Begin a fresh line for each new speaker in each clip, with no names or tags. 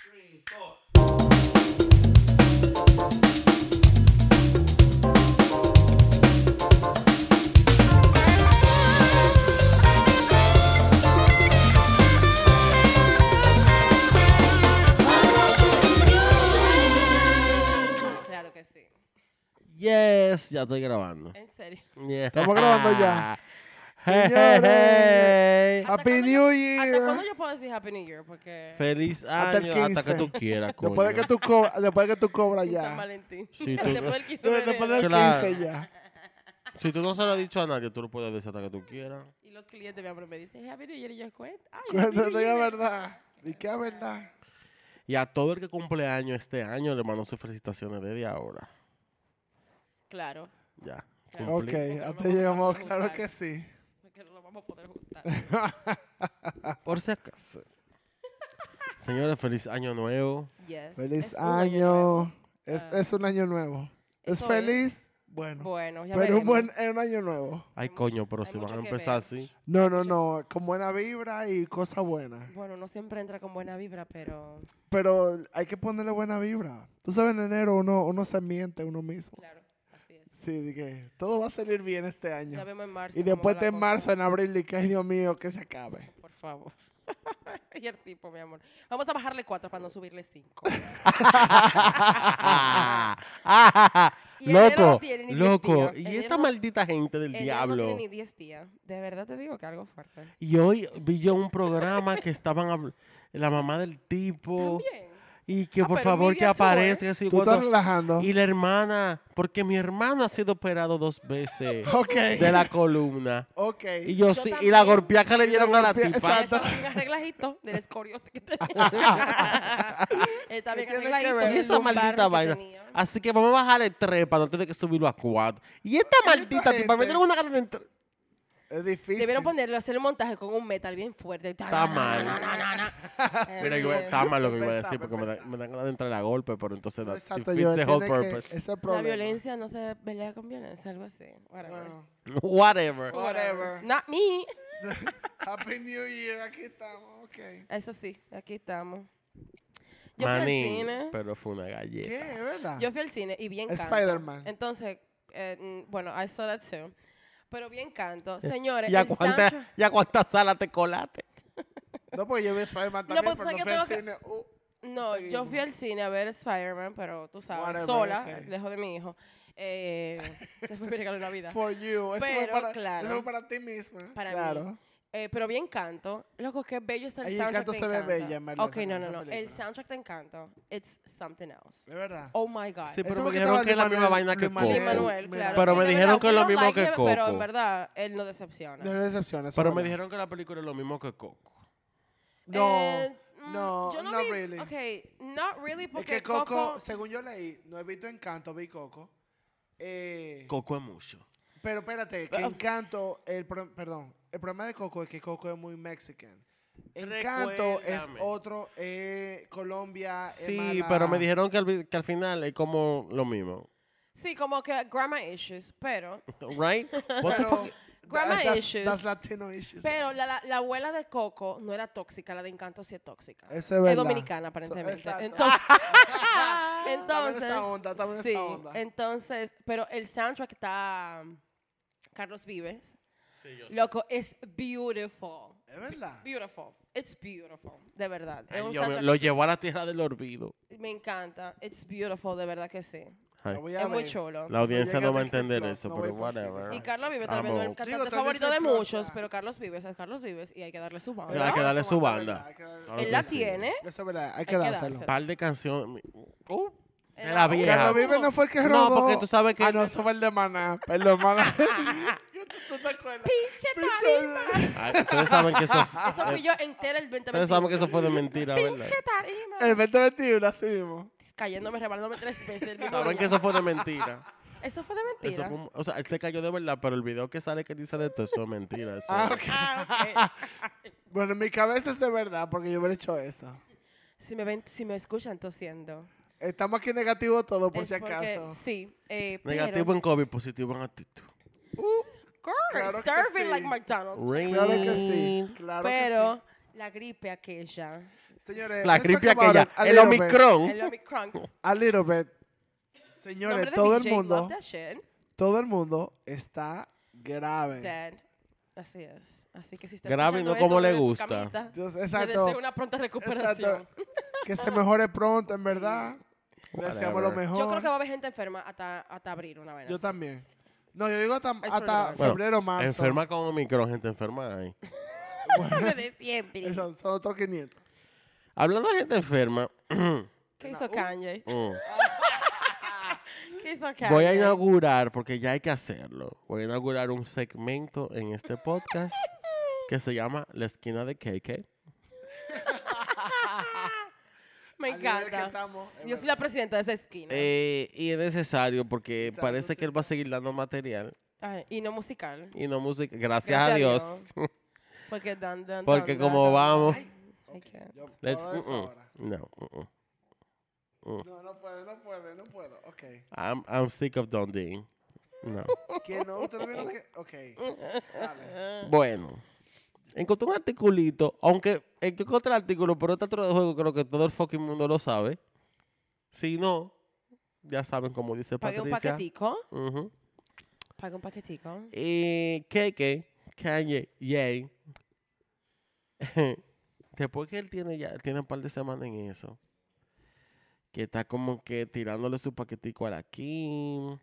three, four.
Claro que sí.
Yes, ya estoy grabando.
En serio.
Yeah.
Estamos grabando ya.
Hey,
Señores.
hey, hey.
¿Hasta
Happy
cuándo
New
yo- ¿Hasta cuándo
Year.
yo puedo decir Happy New Year? Porque
Feliz
Hasta el
año hasta, que
15.
tú quieras, coño.
Después de que tú cobras, después de que tú cobras
en San
ya.
Valentín.
Sí, tú-
Después del 15 de
Después
enero.
del
Claro.
15 ya.
Si tú no se lo has dicho a nadie, tú lo puedes decir hasta que tú quieras.
Y los clientes mi amor, me dicen Happy New Year y yo cuento. Ay, Happy
Cuando
New
diga
Year.
verdad. Y que es verdad.
Y a todo el que cumple año este año, le mando sus felicitaciones desde ahora.
Claro.
Ya.
Claro.
Ok,
cumplí.
hasta llegamos, claro que sí.
Porque no lo vamos a poder juntar.
Ah, Por si acaso. Señores, feliz año nuevo.
Yes.
Feliz
Es un nuevo.
año. Es,
Ah.
es un año nuevo. ¿Es
Eso
feliz? Bueno.
Bueno, ya
Pero un buen,
veremos.
es un año nuevo.
Ay,
Hay
coño, pero
hay
si van
mucho
a
que
empezar
ver.
así.
No, no, no. Con buena vibra y cosas buenas.
Bueno, no siempre entra con buena vibra, pero...
Pero hay que ponerle buena vibra. Tú sabes, en enero uno, uno se miente a uno mismo.
Claro, así es.
Sí, de que todo va a salir bien este año.
Ya vemos en marzo.
Y
cómo
después
va
de
la cosa.
marzo, en abril, y que, ay, Dios mío, que se acabe.
Por favor. y el tipo, mi amor. Vamos a bajarle cuatro para no subirle cinco. Y enero no
loco,
tiene ni diez
loco.
días.
Y
Enero-
esta maldita gente del
Enero No
diablo.
tiene ni 10 días. De verdad te digo que algo fuerte.
Y hoy vi yo un programa que estaban habl- la mamá del tipo
También.
y que
Ah,
por
pero
favor que
Miriam Chua, ¿eh?
aparezca así
Tú estás
cuando-
relajando.
y la hermana, porque mi hermano ha sido operado dos veces
Ok.
de la columna.
Ok.
Y yo,
Yo
sí, y
también.
la golpeada que le dieron a la
golpea-
tipa.
exacto.
Está bien arreglajito del escorioso que tenía. Está bien
¿Qué tiene que
arreglajito.
ver?
Y
del
esa
lumbar
maldita
que
vaina. Ah,
tenía.
Así que vamos a bajarle tres para no tener que subirlo a cuatro. Y esta maldita tipa me
gente-
dieron una gana de entrar.
Es difícil.
Debieron ponerlo, hacer un montaje con un metal bien fuerte.
Está mal. Mira, yo- está mal lo que iba a
Empezá,
decir porque me da-
empezá.
me dan ganas de entrar a golpe, pero entonces that
Exacto,
defeats
yo.
the
Tiene
whole
que,
purpose.
ese es el
La
problema.
violencia no se pelea con violencia, algo así. Whatever.
Bueno,
Whatever.
Whatever.
Not me.
Happy New Year, aquí estamos, ok.
Eso sí, aquí estamos. Yo
Manín,
fui al cine.
pero fue una galleta.
¿Qué? ¿Verdad?
Yo fui al cine y bien canto.
Spider-Man.
Entonces, eh, mm, bueno, I saw that too. Pero bien canto. Señores,
Eh, ¿Y a
el
cuántas
soundtrack-
cuánta salas te colaste?
No, porque yo vi Spider-Man
No, pues,
también, pero no
¿sabes qué
fui al
tengo
cine. Uh,
No, yo
Seguimos.
fui al cine a ver Spider-Man, pero tú sabes,
Whatever,
sola,
ok.
lejos de mi hijo. Eh, se fue mi regalo de Navidad.
for you. Eso fue
Pero,
para,
claro.
eso fue para ti misma.
Para mí.
claro.
Eh, pero bien canto. Loco, qué bello está el
Ahí el
soundtrack.
canto
de
se ve
Encanto.
bella, en verdad,
Ok,
esa-
no,
esa
no, no. El
película.
soundtrack de Encanto, it's something else.
De verdad.
Oh my God.
Sí,
Eso
pero
fue
me
que
dijeron
estaba
que es la
Luis
misma
Manuel-
vaina que
Luis Manuel.
Coco.
Manuel, claro. que
Pero me
de
dijeron
verdad,
que es lo
uno
mismo que
him, Pero en
Coco.
verdad, él no decepciona.
No hay decepción, eso
Pero
es
me
verdad.
dijeron que la película es lo mismo que Coco.
No,
Eh, mm,
no,
yo no
not
vi-
really.
Okay, not really
Es
porque
que Coco,
Coco,
según yo leí, no he visto Encanto, vi Coco. Eh,
Coco es mucho.
pero espérate, que
Ah.
Encanto, el pro- perdón, el problema de Coco es que Coco es muy mexican. Encanto es
Recuérdame.
otro, eh, Colombia. es
Sí,
mala-
pero me dijeron que al, vi- que al final es como lo mismo.
sí, como que grammar issues, pero
Right? What the
Pero,
fuck?
Grandma
that's-
issues.
that's Latino issues.
pero la, la, la abuela de Coco no era tóxica, la de Encanto sí es tóxica.
Eso es verdad.
dominicana
So-
aparentemente.
exacto. Ah,
entonces,
Dame
entonces
esa onda, dame esa
sí,
onda.
entonces, pero el soundtrack está um, Carlos Vives. Loco, es beautiful.
Es verdad.
Beautiful. It's beautiful, de verdad. Es
Ay,
un
yo me-
soundtrack
lo
que sí-
llevó a la tierra del olvido.
Me encanta. It's beautiful, de verdad que sí.
Ay,
Lo voy a
Es muy
ver.
chulo.
La audiencia
llega
no va a
Disney
entender
Plus,
eso,
no
pero
voy por cine.
whatever.
Y Carlos Vives también
Amo.
no es el cantante
Digo, tal vez
favorito
Disney
de
Plus,
muchos,
ya.
pero Carlos Vives es Carlos Vives y hay que darle su
Hay
banda.
que darle su banda.
Hay que darle su
Claro
Él
que
la
sí.
tiene.
Eso es verdad, hay que
que
dárselo.
dárselo.
par de canciones. Uh, de
Era
la
un-
vieja.
Carlos Vives no fue el que
No,
robó.
porque tú sabes que-
Ah, no, eso fue el de Maná. Perdón, Maná. ¿Tú, tú te acuerdas?
Pinche tarima.
Pinche-
Ay, ustedes saben que eso,
Eso fui yo entera el 20
ustedes saben que eso fue de mentira, ¿verdad?
Pinche tarima.
El 2021, así mismo.
Cayéndome, rebalándome tres veces. el mismo
Saben
día.
que eso fue de mentira.
Eso fue de
Eso
mentira.
fue un- o sea, él se cayó de verdad, pero el video que sale que dice de esto, eso es mentira. Eso,
Ah, ok.
Ah, ok.
Bueno, en mi cabeza es de verdad, porque yo hubiera hecho eso.
si, me ven, si me escuchan tosiendo.
Estamos aquí negativo todo, por
es
si
porque-
acaso.
Sí. eh,
Negativo
pero-
en COVID, positivo en actitud.
Girl,
Claro que
serving
sí.
like McDonald's.
Rain.
Claro que sí. Claro
pero
que
la gripe aquella.
sí. Señores,
La
let's talk
gripe
about
aquella.
it a
El
little bit.
Omicron.
El Omicron.
A little bit.
Nombre
Señores,
de
todo el
DJ,
mundo,
love that shit.
todo el mundo está grave.
Dead. Así es. Así que si está
Graben,
escuchando
no
esto
como le
desde su
gusta.
camita,
Dios,
Le deseo
exacto.
una pronta recuperación.
Que se mejore pronto, en verdad. Le deseamos lo
Whatever.
mejor.
Yo creo que va a haber gente enferma hasta, hasta abrir una vaina.
Yo
así.
también. No, yo digo hasta,
Ay,
hasta
sorry,
Bueno,
febrero, marzo.
Enferma con Omicron, gente enferma ahí.
Desde siempre.
Eso, son otros 500.
Hablando de gente enferma,
¿Qué hizo Kanye?
mm,
¿Qué hizo Kanye?
voy a inaugurar, porque ya hay que hacerlo, voy a inaugurar un segmento en este podcast que se llama La Esquina de KK.
Me
Al nivel que
encanta.
estamos, es
Yo soy
verdad.
la presidenta de esa esquina.
Eh, y es necesario porque
Exacto,
parece que
sí.
él va a seguir dando material
Ay, y no musical.
y no música. Gracias,
Gracias a
a Dios.
Porque dan, dan,
Porque
dan,
como
dan, dan.
vamos...
Ay,
I can't.
Yo
let's- uh-uh.
puedo eso
mm-mm,
ahora.
no, mm-mm.
No, no puede, no puede, no puedo. Ok.
I'm, I'm sick of Dundee. No.
Que no, ustedes vieron que. Ok. Dale.
Bueno, encontré un articulito, aunque eh, yo encontré el artículo, pero este otro juego creo que todo el fucking mundo lo sabe. Si no, ya saben como dice
Pagué un
Patricia.
paquetico.
Ujú.
Pagué un paquetico.
Y KK, Kanye, Yay. Después que él tiene ya, tiene un par de semanas en eso. Que está como que tirándole su paquetico a la Kim.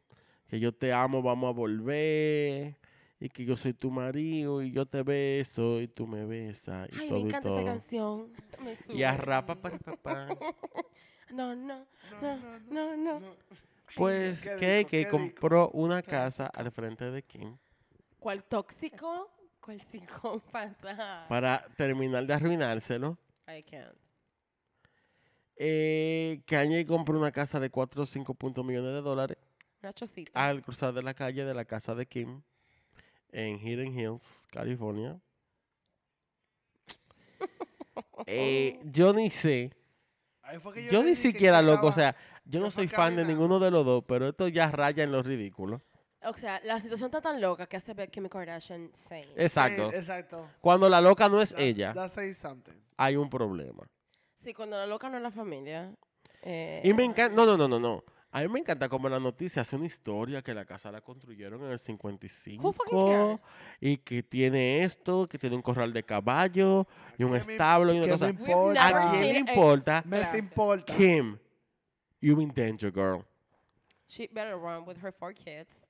Que yo te amo, vamos a volver. Y que yo soy tu marido y yo te beso y tú me besas. Y
Ay,
todo
me encanta
y todo.
esa canción. Me sube.
Y a rapa para papá.
No, no,
No,
no,
no, no.
no, no.
no.
Pues
Qué rico, qué
KK
rico.
compró una casa al frente de Kim.
¿Cuál tóxico? ¿Cuál psicópata?
Para terminar de arruinárselo.
I can't.
eh, Kanye compró una casa de 4 o 5 millones de dólares
Una chocita.
al cruzar de la calle de la casa de Kim en Hidden Hills, California. Eh, yo ni sé,
Ahí fue que
yo
le
ni
dije que
siquiera loco, o
estaba-
sea, yo no
yo
soy
fue
fan de
caminando.
ninguno de los dos, pero esto ya raya en lo ridículo.
O sea, la situación está tan loca que hace ver Kim Kardashian sane.
Eh,
Exacto.
Sí, exacto.
Cuando la loca no es
That's-
ella,
that's saying something.
hay un problema.
Sí, cuando la loca no es la familia. eh,
Y me encanta, no, no, no, no, no. A mí me encanta como la noticia hace una historia que la casa la construyeron en el
Who
55.
fucking cares?
y que tiene esto, que tiene un corral de caballo y un
¿Qué me-
establo y
qué
una
me
cosa.
We've
importa?
never
¿A
Ah,
seen
quién le
it.
importa?
Me
Gracias.
importa.
Kim, you in danger, girl.
She better run with her four kids.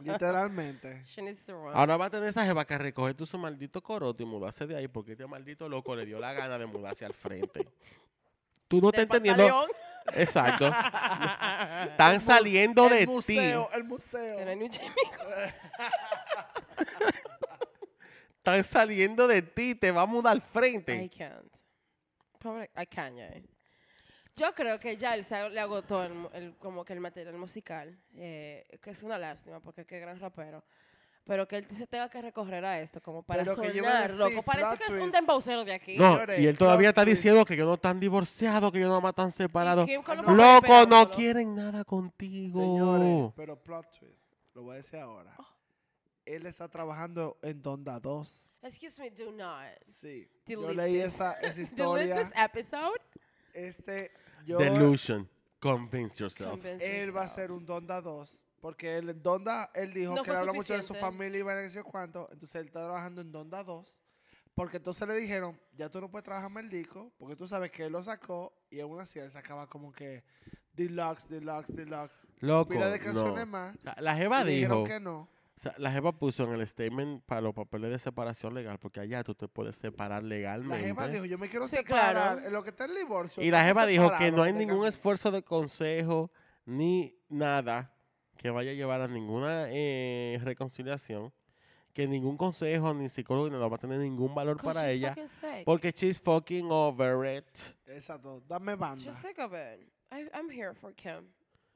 Literalmente.
She needs to run.
Ahora va a tener esa jeva que recoger tu su maldito coroto y mudarse de ahí porque este maldito loco le dio la gana de mudarse al frente. Tú no estás
Del
entendiendo.
batallón.
Exacto. Están saliendo de
El
ti.
museo, el
Que no hay
museo.
ni un chimico.
Están saliendo de ti. Te va a mudar al
I
frente.
can't. Pobre, I Kanye. Yo creo que ya él se ag- le agotó el, mu- el- como que el material musical, eh, que es una lástima porque qué gran rapero. Pero que él se tenga que recorrer a esto como para
Pero que yo iba a
sonar,
decir,
loco. Parece
plot
que es un
twist.
dembaucero de aquí.
No,
Señores,
y él todavía está
plot twist.
diciendo que yo no están divorciados, que yo no más están separados.
Kim con los
No,
papeles
Loco, no
pegándolo.
quieren nada contigo.
Señores, pero plot twist. Lo voy a decir ahora.
Oh.
Él está trabajando en Donda 2.
Excuse me, do not.
Sí.
Delete
yo leí
this.
esa, esa
Delete this
historia.
episode.
Este, yo,
Delusion. Convince yourself.
Convince
él va a
yourself.
ser un Donda 2. Porque él, en Donda, él dijo
No
que él
fue
habla mucho de su
suficiente.
familia y van a decir cuánto. Entonces él está trabajando en Donda 2. Porque entonces le dijeron, ya tú no puedes trabajar más el disco. Porque tú sabes que él lo sacó. Y aún así él sacaba como que deluxe, deluxe, deluxe.
Loco.
Mira de
no.
canciones más.
O sea, la
Y
Jeva
le dijeron
dijo.
que no.
o sea, la Jeva puso en el statement para los papeles de separación legal, porque allá tú te puedes separar
La
legalmente.
jeva dijo, yo me quiero
Sí,
separar.
claro.
En lo que está el divorcio.
y la
estamos
Jeva dijo que
separados,
no hay ningún
legalmente".
esfuerzo de consejo ni nada que vaya a llevar a ninguna eh, reconciliación. Que ningún consejo ni psicólogo ni nada va a tener ningún valor
Cause
para
she's
ella.
fucking sick.
Porque she's fucking over it.
Exacto. Dame banda.
She's sick of it. I, I'm here for Kim.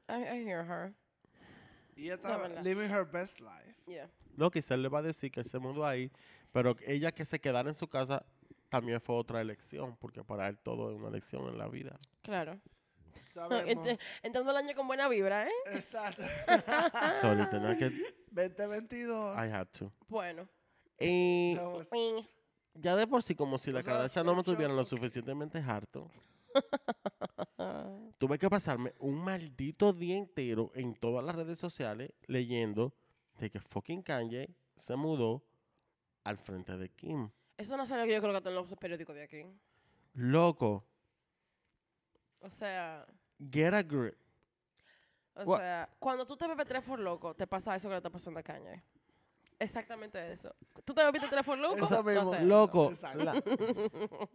I, I hear her.
Y ella estaba
verdad.
living her best life.
Yeah.
No, quizás le va a decir que él se mudó ahí, pero ella que se quedara en su casa también fue otra elección, porque para él todo es una elección en la vida.
Claro.
Sabemos.
Ent- Entrando el año con buena vibra, ¿eh?
Exacto.
Sorry, tenía que...
2022.
I had to.
Bueno.
Y
That was-
Wing.
ya de por sí, como si la
sea,
Kardashian no me
Snoop Dogg-
tuviera lo suficientemente harto. Tuve que pasarme un maldito día entero en todas las redes sociales leyendo de que fucking Kanye se mudó al frente de Kim.
Eso no salió que yo creo que está en los periódicos de aquí.
Loco,
O sea,
get a grip.
o
Gua-
sea, cuando tú te bebes tres for loco, te pasa eso que le está pasando a Kanye. Exactamente eso. ¿Tú te bebiste tres for loco? No
Eso mismo.
sé.
Loco,
Exacto.
la-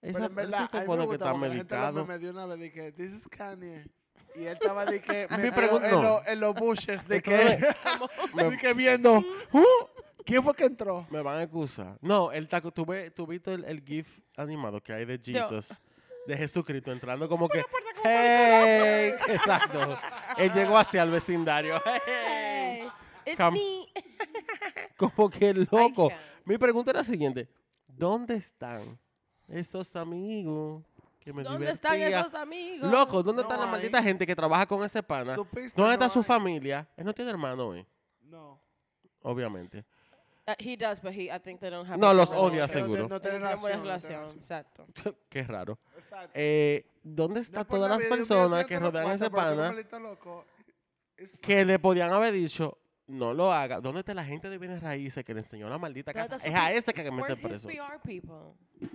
Pero
esa-
en verdad,
eso se
a mí
supone
me
que
gusta
está
porque la gente
medicado.
lo me dio una vez de que, this is Kanye. Y él estaba de que, metido
pregunta-
en,
no.
lo- en los bushes, de que,
Me-
de que viendo, "Huh, ¿quién fue que entró?
Me van a excusar. No, el taco, tú, ve- tú viste el, el GIF animado que hay de Jesus, de Jesucristo, entrando como que. ¡Hey! Exacto. Él llegó hacia el vecindario. ¡Hey!
Hey, it's
Cam-
me.
Como que loco.
Ay,
Mi pregunta es la siguiente: ¿dónde están esos amigos que me
¿Dónde están
divertía?
esos amigos?
Loco, ¿dónde está
No
la
hay.
maldita gente que trabaja con ese pana?
¿Supiste?
¿Dónde está
No
su
hay.
familia? Él no tiene hermano, eh,
No.
obviamente.
Uh, he does, but he, I think they don't have
No,
a
los
normal-
odia,
Pero no
seguro.
tiene- No
They
tiene
don't have a
relación. no tiene
relación,
relación.
exacto.
Qué raro.
Exacto.
Eh, ¿Dónde están
por
todas las
Navidad, yo un día
personas
te
que
lo
rodean a
cuento,
ese
pero tú
pana?
me listo loco. Es-
que le podían haber dicho, no lo haga. ¿Dónde está la gente de bienes raíces que le enseñó la maldita casa?
¿Dónde está
Es
su
a
pi-
ese que me
Where's
meten
his
preso.
PR people?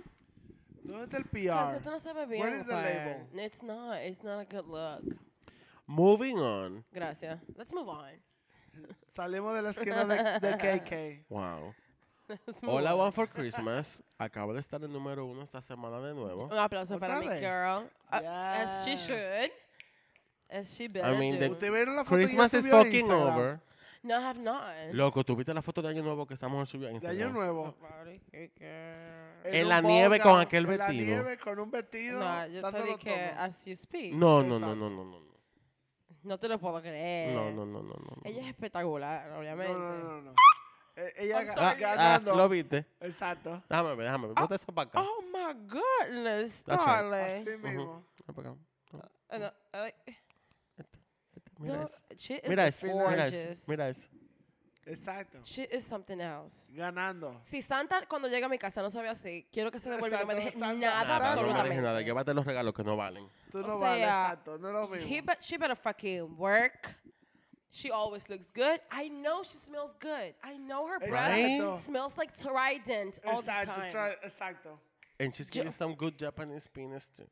¿Dónde está el
Casi tú
PR?
no sabes bien,
Where is the
compadre.
label?
It's not, it's not a good look.
Moving on.
Gracias. Let's move on.
Salimos de la esquina de, de KK.
Wow.
Let's move
Hola
on.
One for Christmas. Acaba de estar el número uno esta semana de nuevo.
Un aplauso para
Otra
mi
vez.
girl. Uh, As she
Yes.
should. As she better
mean,
do.
the-
¿Ustedes vieron la foto que ella
Christmas is
subió a
fucking
Instagram?
over.
No, I have not.
Loco, ¿tú viste la foto de Año Nuevo que esa mujer subió a
De año
Instagram?
nuevo.
Party, hey, girl.
En
un
la nieve
boga,
con aquel vestido.
En la nieve con un vestido.
No, yo te
dándolo
dije "Ah,
todo.
as you speak.
No, no, no, no, no, no. no.
No te lo puedo creer.
No, no, no, no, no.
Ella es espectacular, obviamente.
No, no, no, no. Eh, ella
I'm
ga-
sorry.
Ah,
ganando.
lo viste.
Exacto.
Déjame ver, déjame ver. Bota eso para acá.
Oh my goodness,
That's right.
darling.
Así mismo.
Ven pa' acá.
Uh, no, ay,
Mira
no,
eso.
she is
Mira eso. Mira
gorgeous.
eso. Mira eso.
Exacto.
She is something else.
Ganando.
Si Santa cuando llega a mi casa no sabe así, quiero que se devuelva y no me
Exacto,
deje
Santa,
nada,
Santa.
Nada, Ah, no me
absolutamente.
dejes nada. Llévate los regalos que no valen.
Tú
O
no vales,
sea,
exacto. No es lo
He
mismo.
bet she better fucking work. She always looks good. I know she smells good. I know her breath
Exacto.
smells like Trident all the
Exacto.
time.
tra- Exacto.
And she's
Yo-
getting some good Japanese penis too.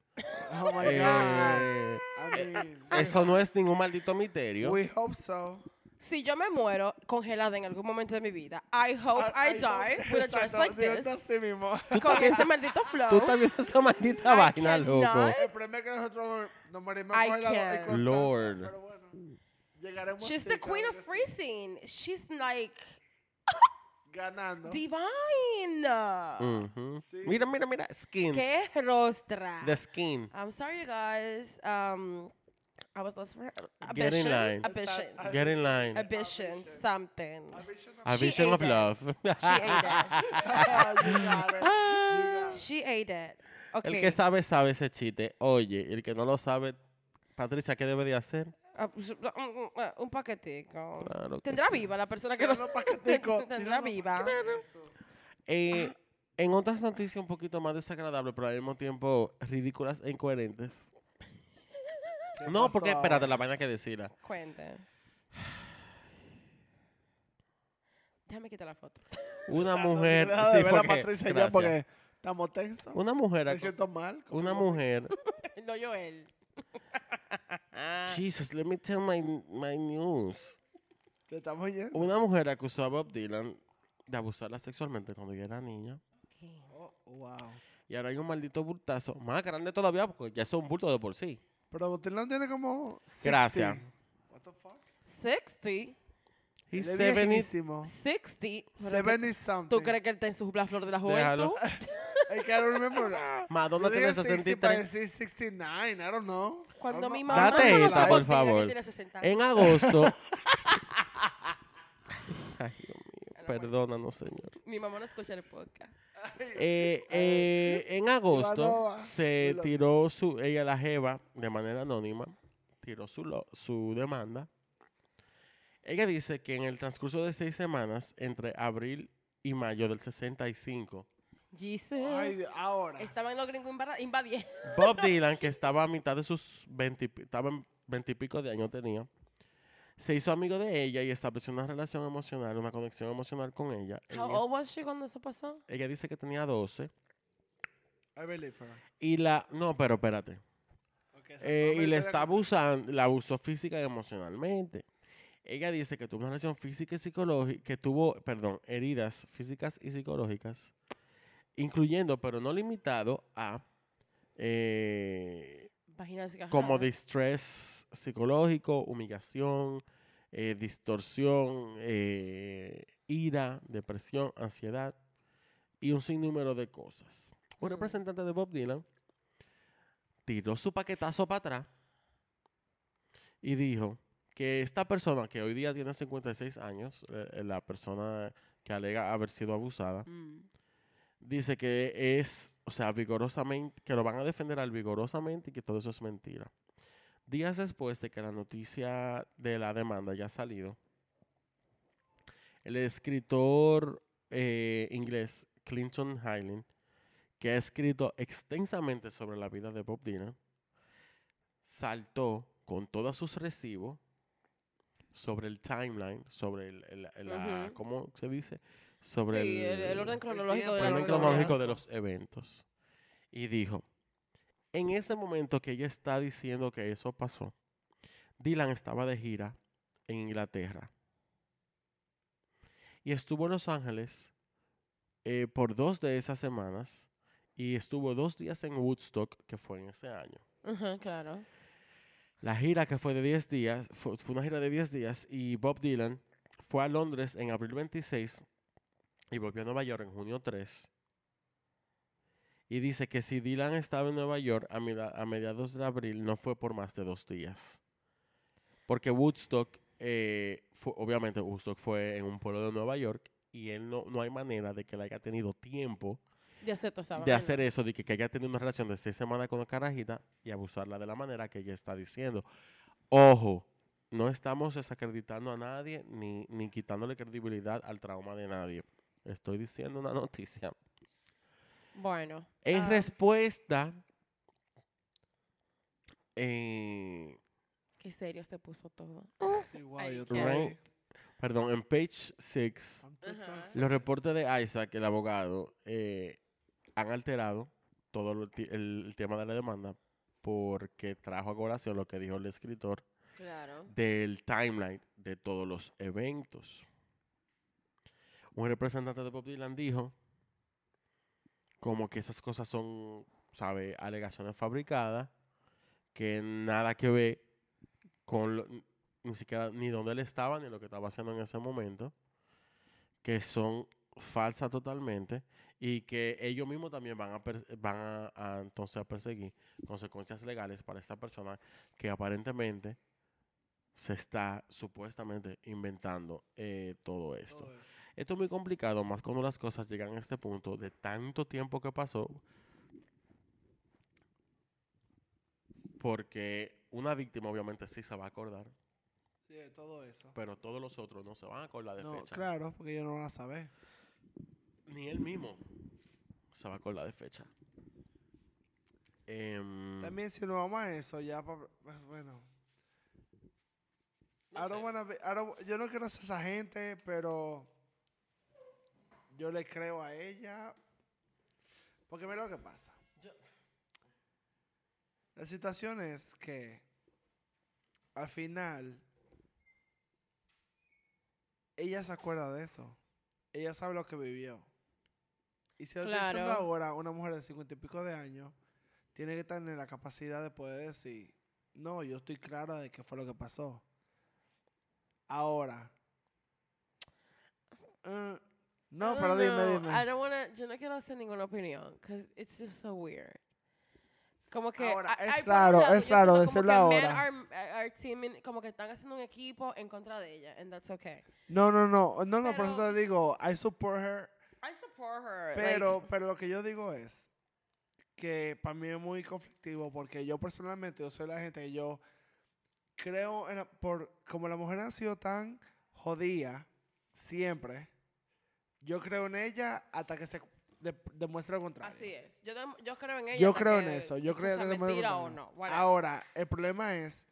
Oh my God.
Eh,
I mean,
eso no es ningún maldito misterio.
we hope so.
si yo me muero congelada en algún momento de mi vida, I hope I, die
hope-
with a dress
Exacto,
like
digo,
this,
Así mismo.
con ese maldito flow.
Tú estás viendo esa maldita
I
vaina,
cannot.
loco.
El problema es que nosotros nos morimos
I
congelados y
can't.
cosas,
Lord.
Pero bueno, llegaremos
She's the
cerca,
queen of
claro que sí.
freezing. She's like
Ganando.
divine.
Mm. Ujú.
Sí.
Mira, mira, mira. Skins.
Qué rostra.
The skin.
I'm sorry, you guys. Um, I was lost for
Get in
ambition,
line.
ambition,
Exacto.
Get in line.
ambition, something.
Ambition of-
A
Ah, she
vision
ate Ah,
of
it.
love.
She ate it.
You got it.
Ah, She ate it. Okay.
El
You got it.
que sabe, sabe ese chiste. Oye, el que no lo sabe, Patricia, ¿qué debe de hacer?
Ah, pues, un- un- Un paquetico.
Claro que
¿Tendrá
sí.
viva la persona que
Tira
lo
los paqueticos, tira
¿Tendrá
los
viva?
paquetes.
Ah.
Eh, en otras noticias un poquito más desagradables, pero al mismo tiempo ridículas e incoherentes.
¿Qué
No,
pasó
porque
ahora?
espérate, la vaina que decida.
Cuente. Déjame quitar la foto.
Una
Exacto,
mujer.
deja
sí,
de ver a
porque-
Patricia ya
gracias.
porque estamos tensos.
Una mujer.
Me
acos-
siento mal. como
Una
como-
mujer.
No yo él.
Ah.
Jesus, let me tell my, my news.
Te estamos oyendo.
Una mujer acusó a Bob Dylan de abusarla sexualmente cuando ella era niña.
Oh, wow.
Y ahora hay un maldito bultazo. Más grande todavía porque ya es un bulto de por sí.
Pero Botelón tiene como. 60.
Gracias.
What the fuck?
60.
He's
Él es
70.
viejísimo.
60. Pero que-
70 is something.
¿Tú crees que él está en su la flor de la
Déjalo.
juventud?
I can't remember. that.
Madonna
Yo
tiene
dije 60 para
63.
decir 69. I don't know.
Cuando
I'm
mi
not-
mamá
Date
no
esa,
sabe que
por
tiene- que
favor.
tiene 60.
En agosto. Ay, Dios mío. Perdónanos, Señor.
Mi mamá no escucha el podcast.
Eh, eh, en agosto
Ivanova,
se
lo-
tiró su ella la jeva de manera anónima tiró su lo- su demanda ella dice que en el transcurso de seis semanas entre abril y mayo del 65
Jesus.
Ay, Dios, ahora.
Estaban los gringos invada- invadiendo.
Bob Dylan, que estaba a mitad de sus 20, y pi- estaba en 20 y pico de años tenía, se hizo amigo de ella y estableció una relación emocional, una conexión emocional con ella. En
How
es-
old was she cuando eso pasó?
ella dice que tenía 12.
I believe her.
Y la... No, pero espérate.
Ok, esa-
Eh,
no me
y le
estoy
está
de acuerdo.
abusando, la abusó física y emocionalmente. Ella dice que tuvo una relación física y psicológica, que tuvo, perdón, heridas físicas y psicológicas, incluyendo, pero no limitado a, eh,
Vagina desgajada.
como distress psicológico, humillación, eh, distorsión, eh, ira, depresión, ansiedad y un sinnúmero de cosas. Un
Ujú.
representante de Bob Dylan tiró su paquetazo para atrás y dijo que esta persona, que hoy día tiene 56 años, eh, eh, la persona que alega haber sido abusada,
Mm.
dice que es, o sea, vigorosamente, que lo van a defender al vigorosamente y que todo eso es mentira. Días después de que la noticia de la demanda ya ha salido, el escritor eh, inglés Clinton Highland, que ha escrito extensamente sobre la vida de Bob Dylan, saltó con todos sus recibos sobre el timeline, sobre el, el- la-
Ujú.
¿cómo se dice? Sobre
sí, el, el orden cronológico de la
Pues, tiempo,
el orden
Pero
historia.
cronológico de los eventos. Y dijo, en este momento que ella está diciendo que eso pasó, Dylan estaba de gira en Inglaterra. Y estuvo en Los Ángeles eh, por dos de esas semanas y estuvo dos días en Woodstock, que fue en ese año.
Ujú, claro.
La gira que fue de 10 días, fue, fue una gira de 10 días y Bob Dylan fue a Londres en abril 26 y volvió a Nueva York en junio 3. Y dice que si Dylan estaba en Nueva York a, meda- a mediados de abril no fue por más de dos días. Porque Woodstock, eh, fue- obviamente Woodstock fue en un pueblo de Nueva York y él no, no hay manera de que él haya tenido tiempo
De hacer toda esa
de
vaina.
hacer eso, de que, que haya tenido una relación de seis semanas con la carajita y abusarla de la manera que ella está diciendo. Ojo, no estamos desacreditando a nadie ni, ni quitándole credibilidad al trauma de nadie. Estoy diciendo una noticia.
Bueno.
En
ah,
respuesta, eh,
qué serio se puso todo.
Sí, wow,
Ay,
yo
qué-
estoy-
perdón, en page 6,
I'm too
Ajá.
confused.
los reportes de Isaac, el abogado, eh, han alterado todo lo ti- el, el tema de la demanda porque trajo a colación lo que dijo el escritor
Claro.
del timeline de todos los eventos. Un representante de Bob Dylan dijo como que esas cosas son, sabe, alegaciones fabricadas, que nada que ver con lo- ni siquiera ni dónde él estaba ni lo que estaba haciendo en ese momento, que son falsas totalmente y que ellos mismos también van a per- van a- a entonces a perseguir consecuencias legales para esta persona que aparentemente se está supuestamente inventando eh, todo esto.
Todo eso.
Esto es muy complicado, más cuando las cosas llegan a este punto de tanto tiempo que pasó. Porque una víctima obviamente sí se va a acordar,
Sí, de todo eso.
pero todos los otros no se van a acordar de
No,
fecha.
claro, porque ellos no van a saber.
Ni él mismo se va a acordar de fecha. Em,
También si nos vamos a eso, ya pa- pues, bueno.
No
I don't
sé.
wanna be- I don't- yo no quiero ser esa gente, pero yo le creo a ella. Porque mira lo que pasa.
Yo-
La situación es que al final ella se acuerda de eso. Ella sabe lo que vivió. Y si lo está diciendo
Claro.
ahora, una mujer de cincuenta y pico de años tiene que tener la capacidad de poder decir, no, yo estoy clara de qué fue lo que pasó. Ahora. Mm, no,
I
pero
don't
dime,
know. I
dime.
don't wanna, yo no quiero hacer ninguna opinión, because it's just so weird. Como que
Ahora,
a-
es
hay por un
raro,
lado,
es
yo siento
raro
como
decirlo
que men
ahora.
are- eh, are teaming- como que están haciendo un equipo en contra de ella, and that's okay.
No, no, no, no, no, por eso
Pero-
te digo, I support her,
I support her. like,
pero, pero lo que yo digo es que para mí es muy conflictivo porque yo personalmente, yo soy la gente que yo creo, en la- por como las mujeres han sido tan jodidas siempre, yo creo en ella hasta que se de- demuestra lo contrario.
Así es. Yo, dem- yo creo en ello.
Yo
hasta
creo en
que
eso. Yo
tú
creo
seas
en
mentira o no. whatever.
Ahora, el problema es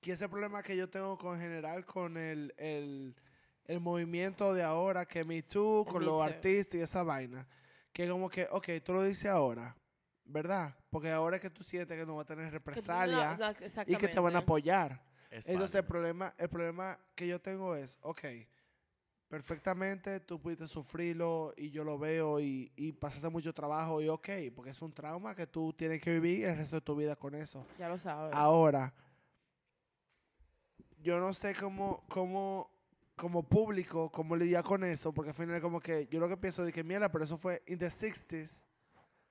que ese problema que yo tengo con general con el, el, el movimiento de ahora, que Me Too,
El
con
Me
los
Too.
artistas y esa vaina, que como que, ok, tú lo dices ahora, ¿verdad? Porque ahora es que tú sientes que no va a tener
Que tú-
represalia
no, no,
y que te van a
exactamente.
apoyar.
Es
Entonces el
válido.
problema, el problema que yo tengo es, ok, perfectamente tú pudiste sufrirlo y yo lo veo y, y pasaste mucho trabajo y ok, porque es un trauma que tú tienes que vivir el resto de tu vida con eso.
Ya lo sabes.
Ahora, yo no sé cómo, cómo, como público, cómo lidiar con eso, porque al final como que yo lo que pienso de que mierda, pero eso fue in the 60s.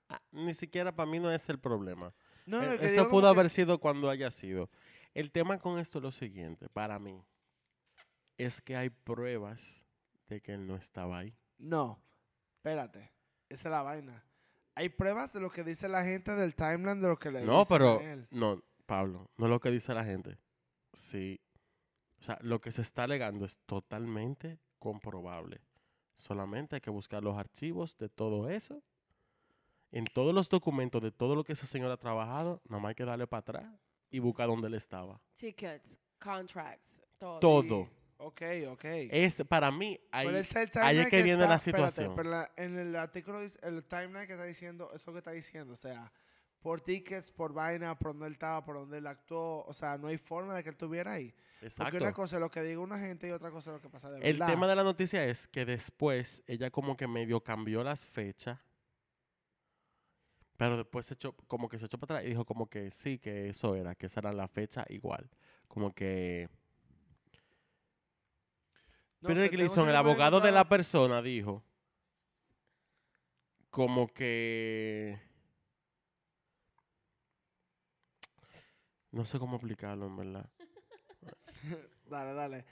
Ah, Ni siquiera para mí no es el problema.
No, no,
Eh,
que digo
Eso
como
pudo
que-
haber sido cuando haya sido. El tema con esto es lo siguiente, para mí, es que hay pruebas de que él no estaba ahí.
No, espérate. Esa es la vaina. Hay pruebas de lo que dice la gente del timeline de lo que le
No,
dicen a
pero,
él.
no, Pablo, no es lo que dice la gente. Sí. O sea, lo que se está alegando es totalmente comprobable. Solamente hay que buscar los archivos de todo eso. En todos los documentos de todo lo que ese señor ha trabajado, nada más hay que darle para atrás y buscar dónde él estaba.
Tickets, contracts, todo.
Todo.
Ok, ok.
Es, para mí, ahí,
Pero ese es el
ahí es
timeline
que viene la
está- espérate,
situación.
pero la- en el artículo, dice- el timeline que está diciendo, eso que está diciendo, o sea, por tickets, por vaina, por donde él estaba, por donde él actuó, o sea, no hay forma de que él estuviera ahí. Porque una
Exacto.
cosa es lo que diga una gente y otra cosa es lo que pasa de verdad.
El tema de la noticia es que después ella como que medio cambió las fechas, pero después se echó, como que se echó para atrás y dijo como que sí, que eso era, que esa era la fecha igual. Como que...
No
Peter
sé, tengo
Gleason,
ese
el
tipo
abogado de la
diputado-
persona, dijo como que... No sé cómo aplicarlo, en verdad.
Dale, dale.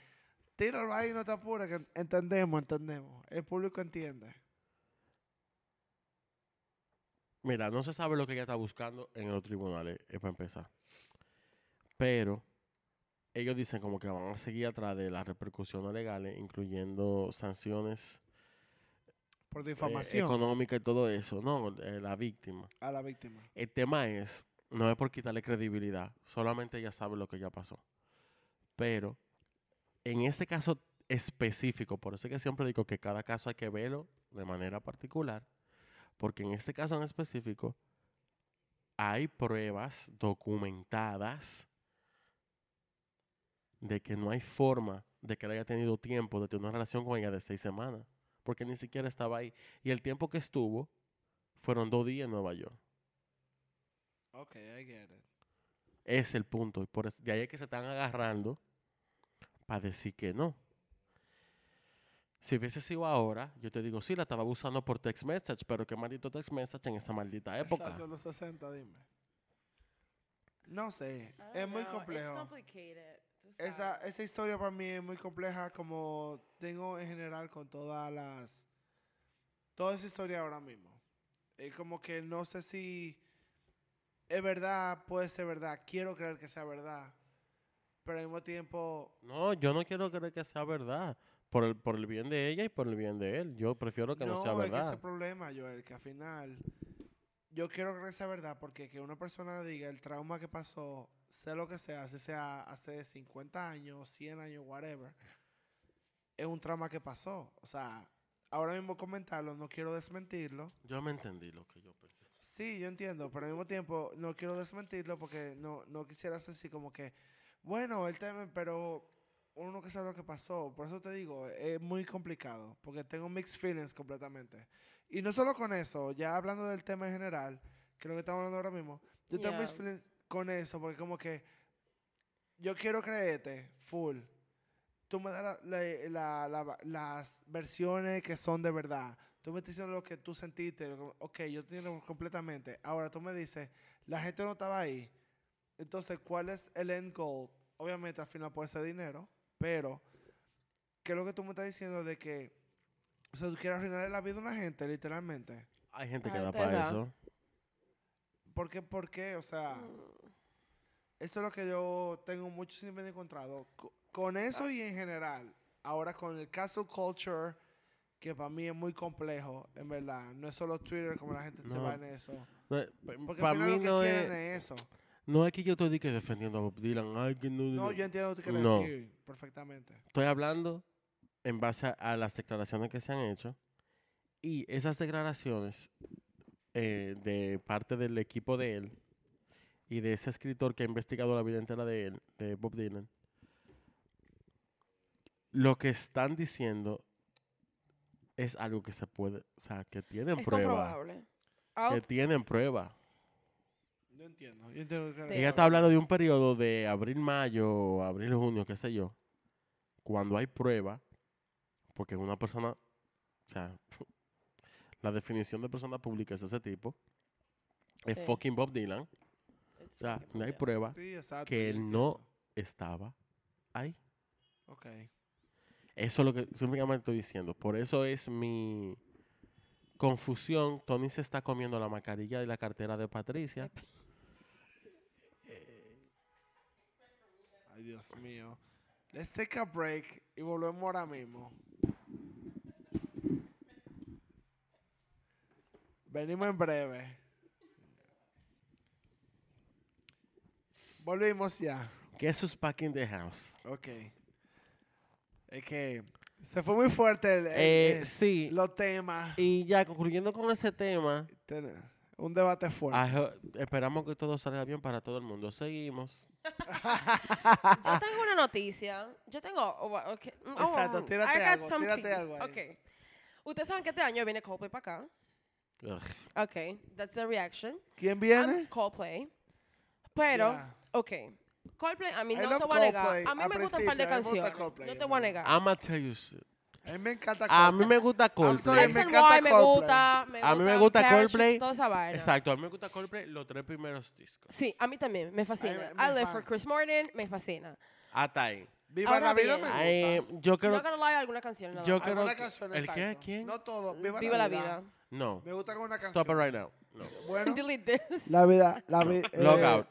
Tíralo ahí, no te apures, que entendemos, entendemos. El público entiende.
Mira, no se sabe lo que ella está buscando en los tribunales, es para empezar. Pero ellos dicen como que van a seguir atrás de las repercusiones legales, incluyendo sanciones
Por
eh,
difamación
económicas y todo eso. No, eh, la víctima.
a la víctima.
El tema es, no es por quitarle credibilidad, solamente ella sabe lo que ya pasó. Pero en ese caso específico, por eso es que siempre digo que cada caso hay que verlo de manera particular, porque en este caso en específico hay pruebas documentadas de que no hay forma de que él haya tenido tiempo de tener una relación con ella de seis semanas, porque ni siquiera estaba ahí. Y el tiempo que estuvo fueron dos días en Nueva York.
Ok, I get it.
Es el punto. Y por eso, de ahí es que se están agarrando para decir que no. Si hubiese sido ahora, yo te digo, sí, la estaba usando por text message, pero qué maldito text message en esa maldita época.
Exacto, los 60, dime. No sé,
I don't
es
know,
muy
it's
complejo.
complicated, tú
Esa,
sabes.
esa historia para mí es muy compleja, como tengo en general con todas las... Toda esa historia ahora mismo. Es como que no sé si es verdad, puede ser verdad, quiero creer que sea verdad, pero al mismo tiempo...
No, yo no quiero creer que sea verdad. Por el, por el bien de ella y por el bien de él. Yo prefiero que no, sea
es que ese es
verdad.
el problema, Joel, que al final yo quiero creer que sea verdad porque que una persona diga el trauma que pasó, sea lo que sea, si sea hace 50 años, 100 años, whatever, es un trauma que pasó. O sea, ahora mismo comentarlo, no quiero desmentirlo.
Yo me entendí lo que yo pensé.
Sí, yo entiendo, pero al mismo tiempo no quiero desmentirlo porque no, no quisiera hacer así como que, bueno, el tema, pero uno que sabe lo que pasó. Por eso te digo, es muy complicado, porque tengo mixed feelings completamente. Y no solo con eso, ya hablando del tema en general, que es lo que estamos hablando ahora mismo, yo tengo
Yeah.
mixed feelings con eso, porque como que yo quiero creerte, full. Tú me das la- la- la- la- las versiones que son de verdad. Tú me estás diciendo lo que tú sentiste. lo que- Ok, yo te entiendo completamente. Ahora tú me dices, la gente no estaba ahí. Entonces, ¿cuál es el end goal? Obviamente, al final puede ser dinero, pero ¿qué es lo que tú me estás diciendo de que, o sea, tú quieres arruinarle la vida a una gente, literalmente?
Hay gente que
Ah,
da
te
para
da.
eso.
¿Por qué? ¿Por qué? O sea, eso es lo que yo tengo mucho siempre encontrado. Co- Con eso y en general, ahora con el castle culture, que para mí es muy complejo, en verdad. No es solo Twitter como la gente se
No.
va en eso. Porque
para Eh,
al final
mí
lo que
no
quieren
es,
es eso.
no es que yo estoy que defendiendo a Bob Dylan. Ay, que no,
No, yo entiendo lo que quieres
No.
decir perfectamente.
Estoy hablando en base a, a las declaraciones que se han hecho y esas declaraciones eh, de parte del equipo de él y de ese escritor que ha investigado la vida entera de él, de Bob Dylan, lo que están diciendo es algo que se puede, o sea, que tienen
Es
prueba,
comprobable.
que
Out-
tienen prueba.
Yo entiendo, yo entiendo lo que
Sí.
Ella
quieres
está hablando de un periodo de abril, mayo, abril, junio, qué sé yo. Cuando hay prueba, porque una persona, o sea, la definición de persona pública es ese tipo, es
Sí.
fucking Bob Dylan,
It's
o
fucking
sea, ah, no hay
brilliant.
prueba,
decir. Sí, exacto,
que
yo
él no-
entiendo.
estaba ahí.
Ok.
Eso es lo que simplemente estoy diciendo. Por eso es mi confusión. Tony se está comiendo la mascarilla y la cartera de Patricia.
Ay, Dios mío. Let's take a break y volvemos ahora mismo. Venimos en breve. Volvimos ya.
Que sus back in the house.
Ok. Es que se fue muy fuerte el, el-
Eh,
el-
sí.
los temas.
Y ya concluyendo con ese tema,
Ten- Un debate fuerte.
ajo- esperamos que todo salga bien para todo el mundo. Seguimos.
Yo tengo una noticia. Yo tengo. oh, wa- okay. Mm, oh,
Exacto,
mm,
tírate
I got
algo,
some
tírate
things.
algo ahí.
Okay. Ustedes saben que este año viene Coldplay para acá. Okay, that's the reaction.
¿Quién
I'm
viene?
Coldplay. Pero,
Yeah.
okay. Coldplay, a mí
I
no
love
te voy a negar.
Coldplay
A mí
al
me gusta un par de
principio, a mí me
canciones.
gusta Coldplay,
No
en
te voy a
verdad.
negar.
I'ma tell you shit.
A mí me encanta
Ah. A mí me
Coldplay.
gusta
sorry,
Coldplay.
Black
me
and
encanta
White me
Coldplay.
gusta. Me
A mí me gusta
Parachutes,
Coldplay.
Toda esa vaina.
Exacto, a mí me gusta Coldplay los tres primeros discos.
Sí, a mí también. Me fascina.
me
I Live
fan.
for Chris Martin. Me fascina.
Hasta ahí.
Viva
Ahora
la vida
bien.
me gusta.
Eh, yo creo
no lie, alguna canción. nada
yo
más.
Alguna
creo que-
canción,
¿el qué?
exacto.
¿Quién?
No todo. Viva,
Viva la vida.
No.
Me gusta con una canción.
Stop it right now. No.
Bueno,
Delete this.
la vida, la vida.
Log out.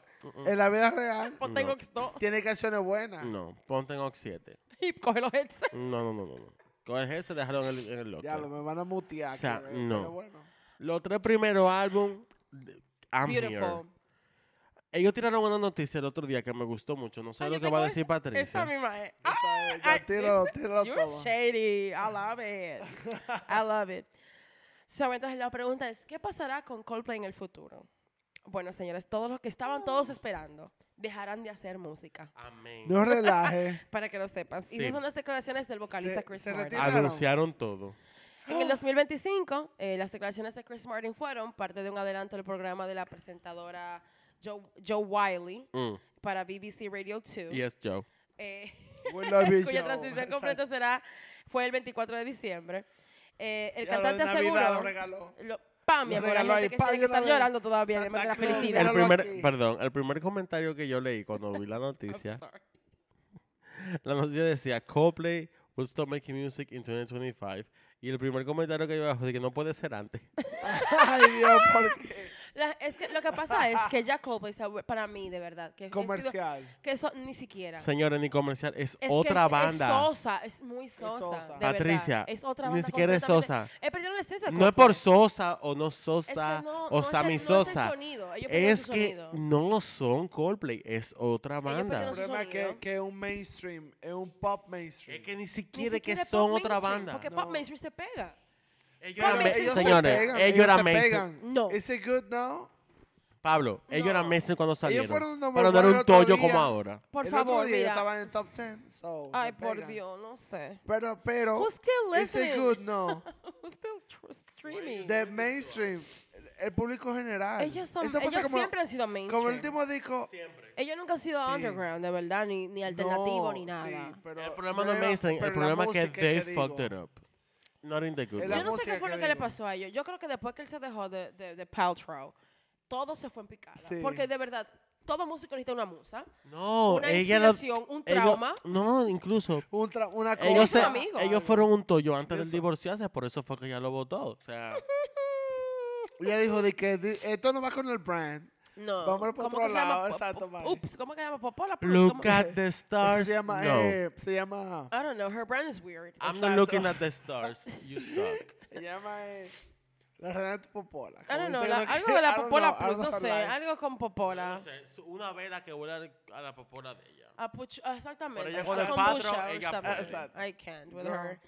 En la vida real
Pues tengo
No.
que no.
tiene canciones buenas.
No. Ponte en OX7.
Y coge los headsets.
No, no, no, no. no. Con el se dejaron en el, en el locker.
Ya lo me van a mutear.
O sea,
que-
no.
pero bueno.
Los tres primeros álbum, I'm here.
Beautiful.
Ellos tiraron una noticia el otro día que me gustó mucho. No sé
Ay,
lo
yo
que va a
tengo
decir Patricia.
Esa misma es.
Ya
Ah,
sabes,
I-
ya tíralo, tíralo
You're
todo.
shady. I love it. I love it. So, entonces la pregunta es, ¿qué pasará con Coldplay en el futuro? Bueno, señores, todos los que estaban todos esperando dejarán de hacer música,
Amén.
No relaje.
para que lo sepas. Y
Sí.
esas son las declaraciones del vocalista
Se-
Chris
se
Martin.
retira-
Anunciaron todo.
En el 2025, eh, las declaraciones de Chris Martin fueron parte de un adelanto del programa de la presentadora Joe, Joe Wiley
Mm.
para BBC Radio 2.
Yes, Joe.
eh,
We love you,
cuya
Joe.
transición
Exacto.
completa será fue el 24 de diciembre. Eh, el
Ya lo de
cantante
Navidad
aseguró,
lo regaló.
lo- ¡Pam! Mi
Lo
amor, la
regaló
gente
ahí,
que
¡pam!
tiene que
Yo lo
estar
veo.
llorando todavía,
Santa
además de la
Claus,
felicidad.
El
Míralo
primer,
aquí.
perdón, el primer comentario que yo leí cuando vi la noticia, la noticia decía, Coldplay will stop making music in 2025. Y el primer comentario que yo dije, que no puede ser antes.
Ay, Dios, porque.
La- es que lo que pasa es que ya Coldplay se ha vuel- para mí, de verdad, que he sido-
Comercial.
que eso ni siquiera.
Señores, ni comercial, es,
Es que
otra
es-
banda.
Es sosa, es muy sosa.
sosa.
de verdad.
Patricia,
Es otra
ni
banda
siquiera es
completamente-
sosa.
Eh, perdieron la esencia de
no es por
Coldplay.
Sosa o no
Es que
Sosa
no- no
o
es el- no
Sammy
es el
Sosa.
sonido, ellos perdieron
Es
su
que
sonido.
no son Coldplay, es otra
perdieron
banda.
El
Pero su
problema es que,
sonido.
que es un mainstream, es un pop mainstream.
Es que ni
Ni
siquiera,
siquiera
que
es
son
pop
otra
mainstream,
banda.
Porque
No.
Pop Mainstream se pega.
Ellos
Pop
eran
mainstream.
ma-
Ellos se
señores,
pegan,
ellos eran
se
mainstream.
pegan.
No.
Is it good now?
Pablo, ellos eran
No.
mainstream cuando salieron.
fueron number
pero no
one
era
el
un
otro
tollo
día.
como ahora.
Por
el
favor,
otro día yo
mira.
estaba en el top 10. So, se
Ay, por
pegan.
Dios, no sé.
Pero, pero.
Who's still
Is it
listening?
good now?
Who's still tr- streaming?
The mainstream, el- el público general.
Ellos, son,
Eso pasa
ellos
como-
siempre han sido mainstream.
Como el último disco.
Ellos nunca han sido
Sí.
underground, de verdad, ni, ni alternativo,
No,
ni nada.
sí, pero-
El problema no es
pero-
mainstream, el
pero la
problema es que
música
they
digo,
fucked it up. Not in the good
Es la
Yo no
way.
sé
música
qué fue
que
lo que le
digo.
pasó a ellos. Yo creo que después que él se dejó de, de, de Paltrow, todo se fue en picada.
Sí.
Porque de verdad, todo músico necesita una musa.
No,
Una
ella lo-
inspiración, un
ellos-
trauma.
no, incluso.
un tra- una cosa.
Ellos,
son
se-
amigos,
ellos
algo.
fueron un tollo antes del
Eso.
divorciarse, por eso fue que ella lo votó. O sea,
Ella dijo de que di- esto no va con el brand.
No.
Vámonos por
¿cómo
otro
que se llama?
lado,
Po-
exacto,
po-
mae.
Ups, ¿cómo que se llama? Popola Plus.
Look
¿cómo?
at the
Eso
stars.
se llama,
Ah, no.
eh, se llama,
I don't know, her brand is weird.
I'm
exacto.
not looking at the stars. You suck.
se llama, eh, la reina de tu popola.
I
como
don't know,
dicen
la-
aquí,
algo de la
I don't
Popola
know, I
Plus,
don't
no sé,
know how to lie.
algo con Popola.
una vela que huele a la popola de ella.
A puch- ah, exactamente.
Por ella
con
pone
kombucha
patro,
or
ella
something.
pone.
Exacto.
I can't with
No.
her.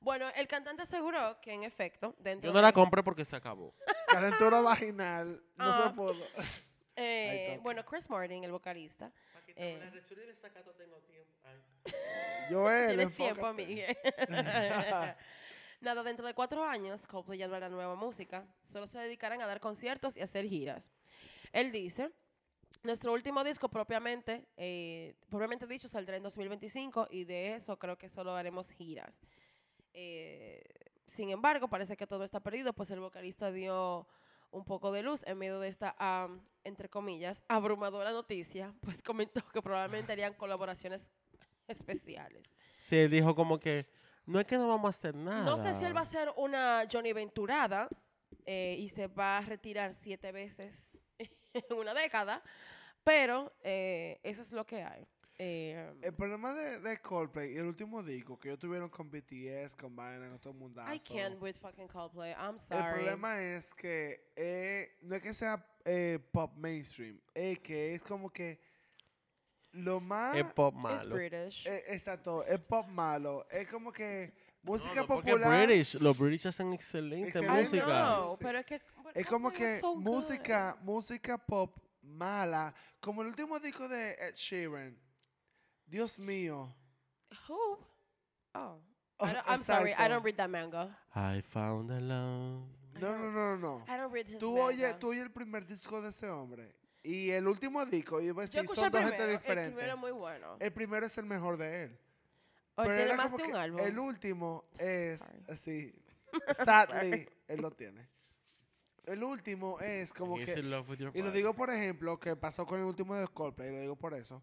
Bueno, el cantante aseguró que en efecto, dentro
Yo no la
de-
compré porque se acabó.
Eh. Calentura vaginal, no
Ah.
se pudo.
Eh,
Ahí está.
bueno, Chris Martin, el vocalista, Eh. la
Joel,
Tienes tiempo,
enfócate.
Miguel. Nada, dentro de cuatro años, Coldplay ya no hará nueva música. Solo se dedicarán a dar conciertos y hacer giras. Él dice, nuestro último disco propiamente, eh, propiamente dicho, saldrá en 2025 y de eso creo que solo haremos giras. Eh, sin embargo, parece que todo está perdido, pues el vocalista dio un poco de luz en medio de esta, am, entre comillas, abrumadora noticia, pues comentó que probablemente harían colaboraciones especiales.
Sí, él dijo como que no es que no vamos a hacer nada.
No sé si
Ah.
él va a ser una Johnny Venturada eh, y se va a retirar siete veces en una década, pero eh, eso es lo que hay. Eh,
El problema de, de Coldplay y el último disco que ellos tuvieron con BTS, con Vaina, con todo el mundazo.
I can't with fucking Coldplay. I'm
El
sorry.
problema es que eh, no es que sea eh, pop mainstream, es que es como que lo más...
Es pop
It's
malo.
British.
eh, exacto, es pop malo. Es como que música
No, no, porque
popular...
British, los British hacen excelente,
Excelente.
I
música.
know, pero es que but
Es como
Coldplay was
que
so good.
música, música pop mala, como el último disco de Ed Sheeran. Dios mío.
Who? Oh. I
Oh,
don't- I'm sorry. I
exacto.
don't read that manga.
I found a love.
No, no, no, no.
I don't read his
Tú
manga.
oyes tú oye el primer disco de ese hombre y el último disco, y ves
Yo
si
escuché
son
el
dos
primero.
gente
El primero
diferente.
es muy bueno.
El primero es el mejor de él.
O él tiene
era
más
como
de un
que
álbum.
El último es
Sorry.
así. Sadly, él lo tiene. El último es como
He's
que.
in love with your
Y lo
body.
digo por ejemplo, que pasó con el último de Coldplay, lo digo por eso.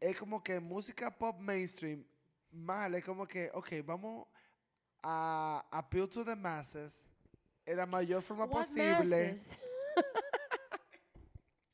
Es como que música pop mainstream, mal, es como que, ok, vamos a a appeal to the masses en la mayor forma
What
posible.
masses?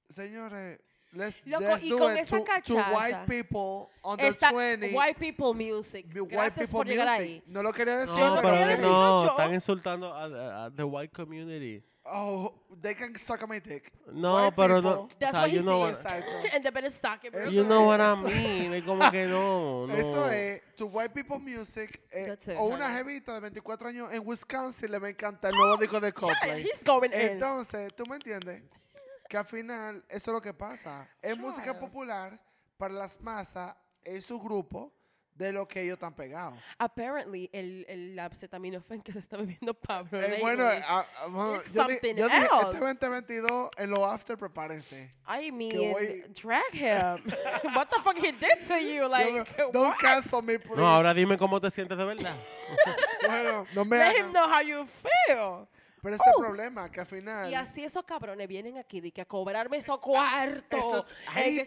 Señores, let's,
Loco,
let's
y
do
con
it
esa
to, to white
cachaza.
people under
Esta-
20.
White people music.
mi- white
Gracias por
people
llegar
music.
ahí.
No lo quería decir,
No,
lo
pero...
pero
quería
que
decir
no,
yo.
están insultando a, a- a the white community.
Oh, they can suck my dick.
No,
White
pero no.
people.
o
That's
sea,
what he
you know
said.
what,
Exacto.
And the best soccer bro.
Eso
you know what I
es, eso es.
mean. Es como que no, no.
Eso es, to white people music, eh,
That's it,
o una
honey.
jevita de 24 años en Wisconsin le va a encantar el nuevo disco de
Child,
Coldplay.
he's going in.
Entonces, ¿tú me entiendes? Que al final, eso es lo que pasa. Es música
Child.
popular para las masas, es su grupo, de lo que ellos están pegados.
Apparently, el, el acetaminofén que se está bebiendo Pablo.
Eh,
lately,
bueno, ah, ah, bueno,
It's
yo, di-
something
yo dije, este
else.
2022, en los after, prepárense.
I mean,
ah, voy-
drag him. what the fuck he did to you?
Yo
Like,
me- don't
what?
cancel me, please.
No, ahora dime cómo te sientes de verdad.
Bueno, no me
Let
hagan.
him know how you feel.
Pero ese es
Oh.
el problema, que al final...
Y así esos cabrones vienen aquí de que a cobrarme esos cuartos.
Eso- ay,
Eh, que eso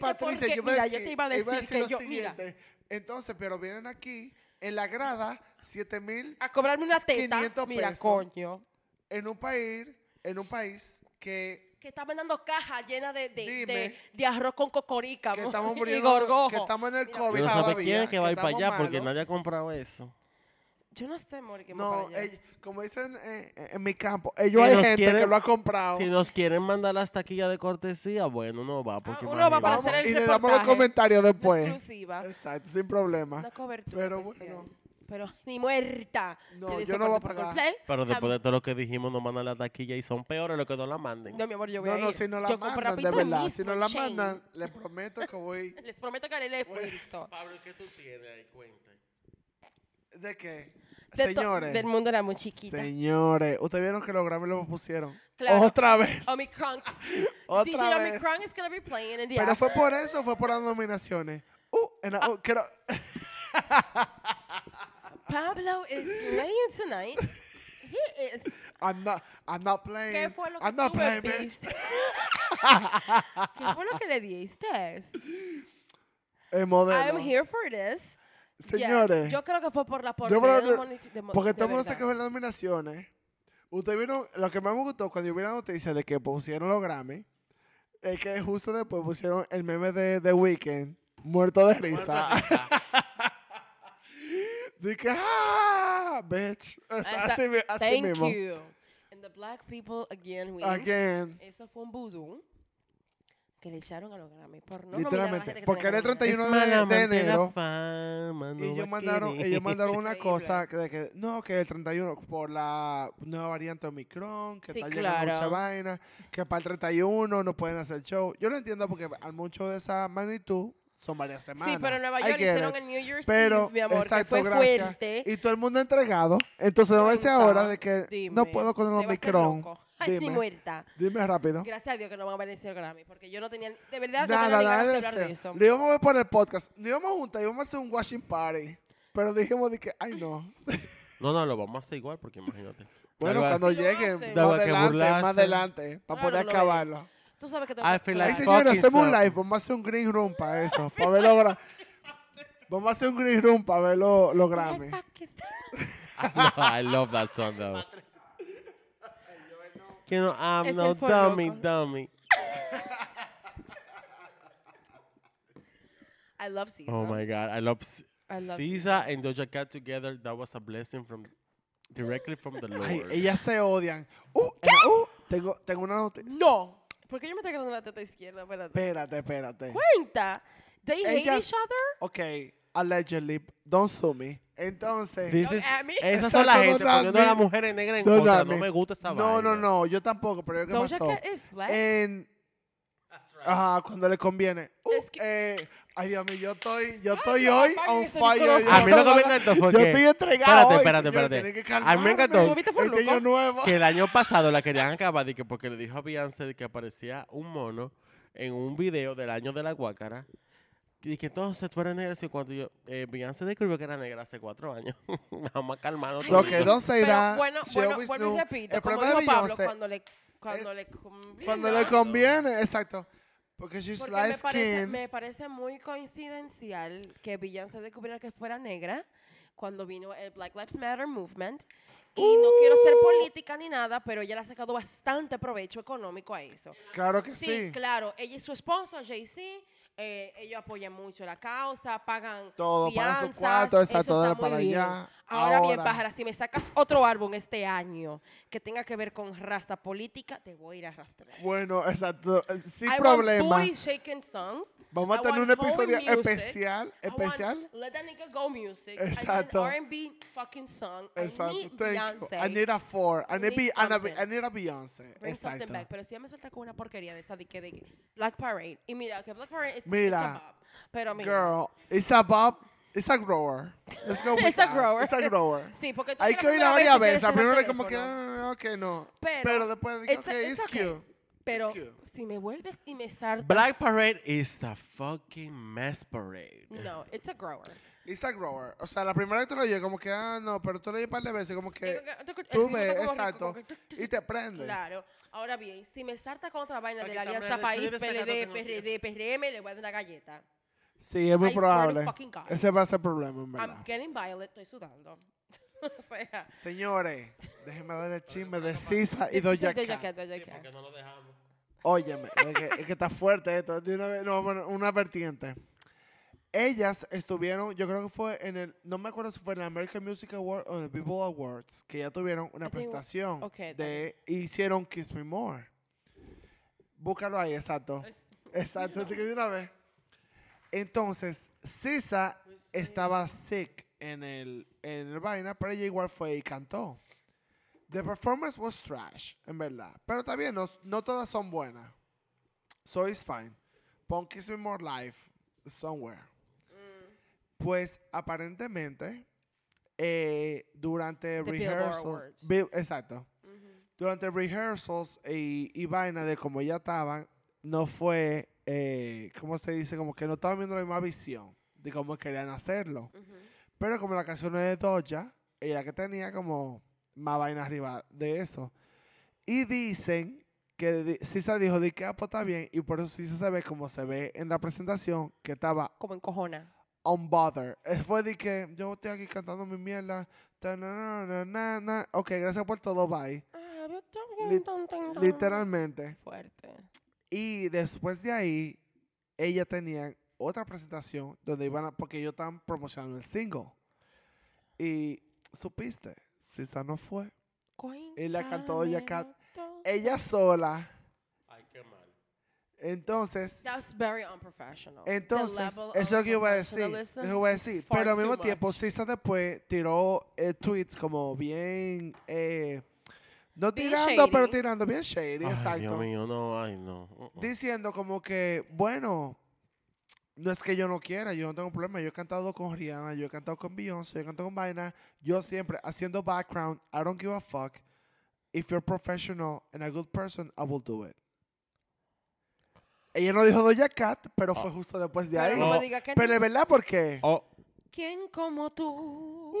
porque-
Patricia, yo, iba a
mira,
decir,
yo te iba a decir,
lo
que yo, mira,
siguiente. Entonces, pero vienen aquí en la grada, 7 mil
a cobrarme una teta.
500
Mira,
pesos.
coño.
en un país, en un país que,
que está mandando cajas llenas de, de,
Dime.
de, de arroz con cocorica
que
mo-
estamos
y
muriendo,
gorgojo.
que estamos en el
Mira,
COVID
Yo no
todavía,
sabe quién es que va a ir para
estamos
allá porque
malos.
nadie ha comprado eso.
Yo no sé, Mori, que me
No,
para allá.
ell- como dicen eh, eh, en mi campo, ellos hay
nos
gente que
quieren-
lo ha comprado.
Si nos quieren mandar las taquillas de cortesía, bueno, no va. Porque
uno va para
imagínate.
hacer el
y le damos los
reportaje.
comentarios
Una
después.
exclusiva,
Exacto, sin problema.
una cobertura
pues, Pero
especial.
bueno.
Pero ni muerta.
No,
Te dice
yo no voy a
Corte por
pagar.
Coldplay.
Pero después
Am-
de todo lo que dijimos, nos mandan la taquilla y son peores los que no la manden.
No, mi amor, yo voy
No,
a ir.
no, si no la
Yo compro
mandan, de
rapito
verdad.
mismo,
Si no la
Shane.
mandan, Pues, les prometo que voy...
Les prometo que haré el esfuerzo.
Pablo, ¿qué tú tienes ahí? Cuenta.
¿De qué?
De to-
Señores.
Del mundo de la muchiquita.
Señores, ustedes vieron que los Grammy lo pusieron.
Claro.
Otra vez.
Omicron.
Otra
DJ
vez.
Omicron is gonna be playing in the
Pero
after-
fue por eso, fue por las nominaciones. Uh, and I-
Ah.
oh, quiero-
Pablo is playing tonight. He is
I'm not, I'm not playing.
¿Qué fue lo que
Eh, I'm not
tú
playing, bitch.
bebiste? ¿Qué fue lo que le diste?
El modelo.
I'm here for this. Yes,
Señores,
Yo creo que fue por la
yo
porquería
me lo-
de moni- de mo-
porque
de
todo el mundo se
verdad.
quejó de ¿eh? las nominaciones. Ustedes vieron, lo que más me gustó cuando yo vi la noticia de que pusieron los Grammy, Es que justo después pusieron el meme de The Weeknd, muerto de risa. Dije, ¡ah! Bitch. O sea,
Esa-
así, mi- así
Thank
mismo.
you. And the black people again wins.
Again.
Eso fue un vudú que le echaron a los Grammy por no
Literalmente. Porque era el
31
31 de, de enero.
fama, no
Y
va
ellos
a
mandaron,
querer.
ellos mandaron una
Increíble.
cosa que, de que no, que el 31 por la nueva variante Omicron, que
Sí,
está llegando mucha
claro.
vaina, que para el 31 no pueden hacer show. Yo lo entiendo porque al mucho de esa magnitud son varias semanas.
Sí, pero en Nueva
I
York
get
hicieron
it.
el New Year's
Pero,
Eve, mi amor,
exacto,
que fue
gracias.
fuerte.
Y todo el mundo entregado. Entonces no me dice
Cuenta,
ahora de que no
dime,
puedo con el
te vas a hacer
Omicron.
loco. Ay, ni
Dime.
muerta.
Dime rápido.
Gracias a Dios que no van a aparecer Grammy, porque yo no tenía, ni- de verdad, no tenía
Nada,
ni ganas
nada
de
de
hablar de
eso.
eso.
Le íbamos a ver por el podcast. Nos íbamos a juntar, íbamos a hacer un washing party. Pero dijimos de que, ay no.
No, no, lo vamos a hacer igual porque imagínate.
Bueno,
Algo
cuando
así. Sí lo
lleguen,
hacen.
Algo
más
que
adelante,
burlarse.
más adelante, para
Claro,
poder
lo
acabarlo.
Tú sabes que te
I feel like-
Ay,
Claro.
señores,
fucking
hacemos un
so.
live, vamos a hacer un green room para eso, para ver los gra- Vamos a hacer un green room para ver los los Grammy.
Ay, fuck it.
No, I love that song though. Que no, I'm
Es
no
el por
dummy,
loco.
dummy.
I love Caesar.
Oh my God, I love, S-
I love
SZA and Doja Cat together. That was a blessing from directly from the Lord. Eh,
Ay, ellas se odian. Uh, uh, tengo, tengo una noticia.
No. ¿Por qué yo me estoy quedando en la teta izquierda? Espérate.
Espérate, espérate.
Cuenta. They hate
Ellas-
each other.
Ok, allegedly, don't sue me. Entonces,
This
Don't
is-
at me.
esas son las
eh, Exacto,
gente
don't at
poniendo a las
me.
mujeres negras en
Don't
contra.
at
No
me.
me gusta esa
no, no,
vaina.
no, yo tampoco, pero ¿qué
Doja
pasó? Eh,
Cat is black.
En... Ajá, cuando le conviene. Uh,
Es que-
eh, ay, Dios mío, yo estoy, yo estoy
no,
hoy
apaguen
on
ese
fire.
micrófono.
A mí lo que me encantó fue
Yo
que-
estoy entregado
Espérate,
hoy,
espérate,
señor,
espérate.
tienen que
A mí me
calmarme.
encantó.
¿Tú viste
Este
Forloco?
año nuevo.
que el año pasado la querían acabar de que porque le dijo a Beyoncé de que aparecía un mono en un video del año de la guácara. Y que entonces tú eres negra hace cuatro. Yo, eh, Beyoncé descubrió que era negra hace cuatro años. Vamos a calmarnos.
Lo
tantito.
que don't say
Pero
that.
bueno,
she
bueno,
always
bueno,
knew.
y repito,
El
como
problema de
dijo Pablo,
Beyoncé-
cuando le, cuando le conviene.
Cuando le conviene, exacto. Porque she's
Porque
light
me parece,
skin.
me parece muy coincidencial que Beyoncé descubriera que fuera negra cuando vino el Black Lives Matter Movement. Y no quiero ser
Uh.
política ni nada, pero ella le ha sacado bastante provecho económico a eso.
Claro que
Sí,
sí.
claro. Ella y su esposo, Jay-Z, eh, ellos apoyan mucho la causa, pagan
Todo, pagan su
fianzas,
cuarto,
eso
exacto,
está
todo
muy
para
bien.
allá.
Ahora, bien,
Ahora.
pájara, si me sacas otro álbum este año que tenga que ver con raza política, te voy a ir a arrastrar.
Bueno, exacto. eh, Sin
I want
problema.
booty shaking songs.
Vamos
I
a tener
want
un episodio
booty music.
especial,
I want
especial.
Let that nigga go music.
Exacto.
I need R&B fucking song. I
Exacto.
need
Thank you.
Beyonce.
I need a four. I
You
need,
need
be- and a be-
something.
I need a Beyoncé.
Bring
Exacto.
something back. Pero si ya me suelta con una porquería de esa de que de Black Parade. Y mira, que Black Parade es
Mira.
Pero mira.
Girl, it's a bob, it's a grower. Let's go with
It's a
that.
grower.
It's a grower.
Sí, porque tú
Hay
la
que oírla
primera vez
varias
que quieres
veces. La
cerrar
primera vez como que,
teléfono.
ah, ok, no.
Pero,
Pero después, de
it's-
ok,
it's
it's
okay.
cute.
Pero
cute.
si me vuelves y me saltas.
Black Parade is the fucking mess parade.
No, it's a grower.
It's a grower. O sea, la primera vez que tú lo oyes, como que, ah, no, pero tú lo oyes un par de veces, como que
Yo creo que- el
Eh, tú
ritmo
ves,
está como
exacto,
rico, como que-
y te prende.
Claro. Ahora bien, si me salta con otra vaina de la
Aquí también
Alianza
le
País,
estoy
PLD,
desacatando, tengo
PRD, PRM, le voy a dar una galleta.
Sí, es muy
I swear to
probable.
fucking God.
Ese va a ser el problema, en verdad.
I'm getting violent, estoy sudando. o sea,
Señores, déjenme dar el chisme de Sisa y
yo
Doja
soy
Cat.
Doja Cat, Doja Cat.
no lo dejamos.
Óyeme, es que, es que está fuerte esto. De una, vez, no, bueno, una vertiente. Ellas estuvieron, yo creo que fue en el, no me acuerdo si fue en el American Music Award o en el People Awards, que ya tuvieron una
I think-
presentación
ok, está
de, hicieron Kiss Me More. Búscalo ahí, exacto.
Es-
Exacto, te de una vez. Entonces, Sisa
Pues
estaba sick en el, en el vaina, pero ella igual fue y cantó. The performance was trash, en verdad. Pero también no, no todas son buenas. So it's fine. Pon Kiss Me More Live somewhere.
Mm.
Pues aparentemente, eh, durante
Billboard
rehearsals.
Awards. Mm-hmm.
bi- exacto.
Ujú.
Durante rehearsals eh, y, y vaina de como ya estaban, no fue, eh, ¿cómo se dice? Como que no estaban viendo la misma visión de cómo querían hacerlo.
Mm-hmm.
Pero como la canción es de Doja, ella que tenía como más vaina arriba de eso. Y dicen que di- Sisa dijo de que ah, pues, está bien y por eso Sisa se ve como se ve en la presentación que estaba
Como en cojona.
unbothered. Eh, Fue de que yo estoy aquí cantando mi mierda. ta, na, na, na, na.
Ah,
Ok, gracias por todo, bye. Lit- Literalmente.
Fuerte.
Y después de ahí, ella tenía otra presentación donde iban a, porque ellos estaban promocionando el single. Y supiste, Sisa no fue. Ella cantó, ella can- Ella sola.
Ay, qué mal.
Entonces,
That's very unprofessional. The
entonces
level
eso es lo
of
que iba a decir.
professionalism
Eso iba a
is
decir.
far
Pero al
too
mismo tiempo,
much.
Sisa después tiró eh, tweets como bien. eh, no
Bien
tirando, pero
shady.
tirando bien shady,
Ay,
exacto.
Dios mío, no, ay, no. Uh-uh.
diciendo como que, bueno, no es que yo no quiera, yo no tengo problema. Yo he cantado con Rihanna, yo he cantado con Beyoncé, yo he cantado con Vaina. Yo siempre haciendo background, I don't give a fuck. If you're professional and a good person, I will do it. Ella no dijo Doja Cat, pero
Ah.
fue justo después de
Pero
ahí.
no me
Oh.
diga que
Pero
no.
es verdad porque
Oh,
¿Quién como tú?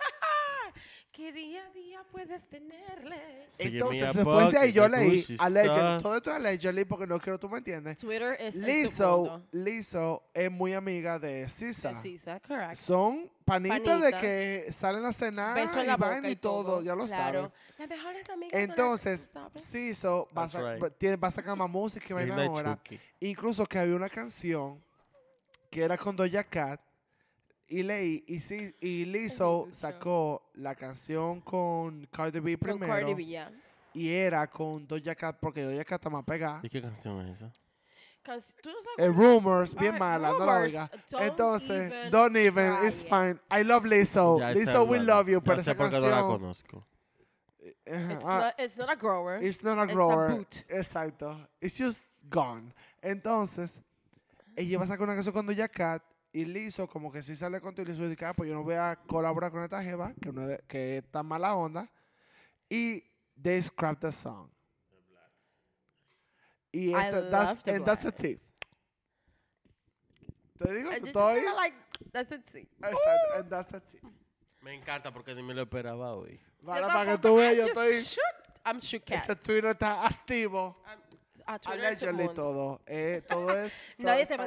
¿Qué día a día puedes tenerle?
Sí. Sigue mi
entonces después de ahí yo
apoyo,
leí
Gucci
allegedly,
Star.
todo esto es allegedly porque no quiero tú me entiendes.
Twitter es el
Lizzo,
submundo.
Lizzo es muy amiga de Sisa.
Sí, sí, correct.
Son panitas de
Panitas.
que salen a cenar
Beso en
Ah, y
la
van
boca
y todo, ya lo
claro.
saben.
Las mejores amigas son las-
Entonces,
¿sabes?
sí, so, va, a
That's
sa-
right.
va- tiene- va a sacar más música y vaina
Midnight
ahora.
Chucky.
Incluso que había una canción que era con Doja Cat y leí, y, sí, y Lizzo
escucho.
sacó la canción con Cardi B
Con
primero
Cardi B, ya.
y era con Doja Cat porque Doja Cat está más pegada.
¿Y qué canción es esa?
Canc- ¿Tú no sabes
Eh,
cuál-
rumors, bien
Ay,
mala, no la
rumors,
oiga.
don't
Entonces,
even
don't even,
try
it's
it.
fine. I love Oh, Lizzo.
Ya esa
Lizzo, we
no-
love you.
ya
Pero esa
sé por qué no la
canción,
conozco.
Ajá,
It's,
ah,
not, it's not a grower.
It's not a
It's a
grower.
boot.
Exacto. It's just gone. Entonces, ella va a sacar una canción con Doja Cat y Lizzo como que sí sale con tu y Lizzo dice, ah, pues yo no voy a colaborar con esta jeva, que, no es de- que es tan mala onda. Y they scrapped the song. Y
I
esa,
love
that's,
the
and that's the
blacks.
tip. Te digo,
I
te
just
estoy...
kinda like, that's it, sí.
Exacto, and that's the tip.
Me encanta porque ni me lo esperaba hoy.
Para,
Yo
para que
tampoco-
tú veas,
I
yo
just
estoy...
shook- I'm shook cat.
Ese Twitter está activo.
I'm- a Twitter es
Allegedly
submundo.
todo. Eh, todo es... todo
Nadie
es
te va a
falta.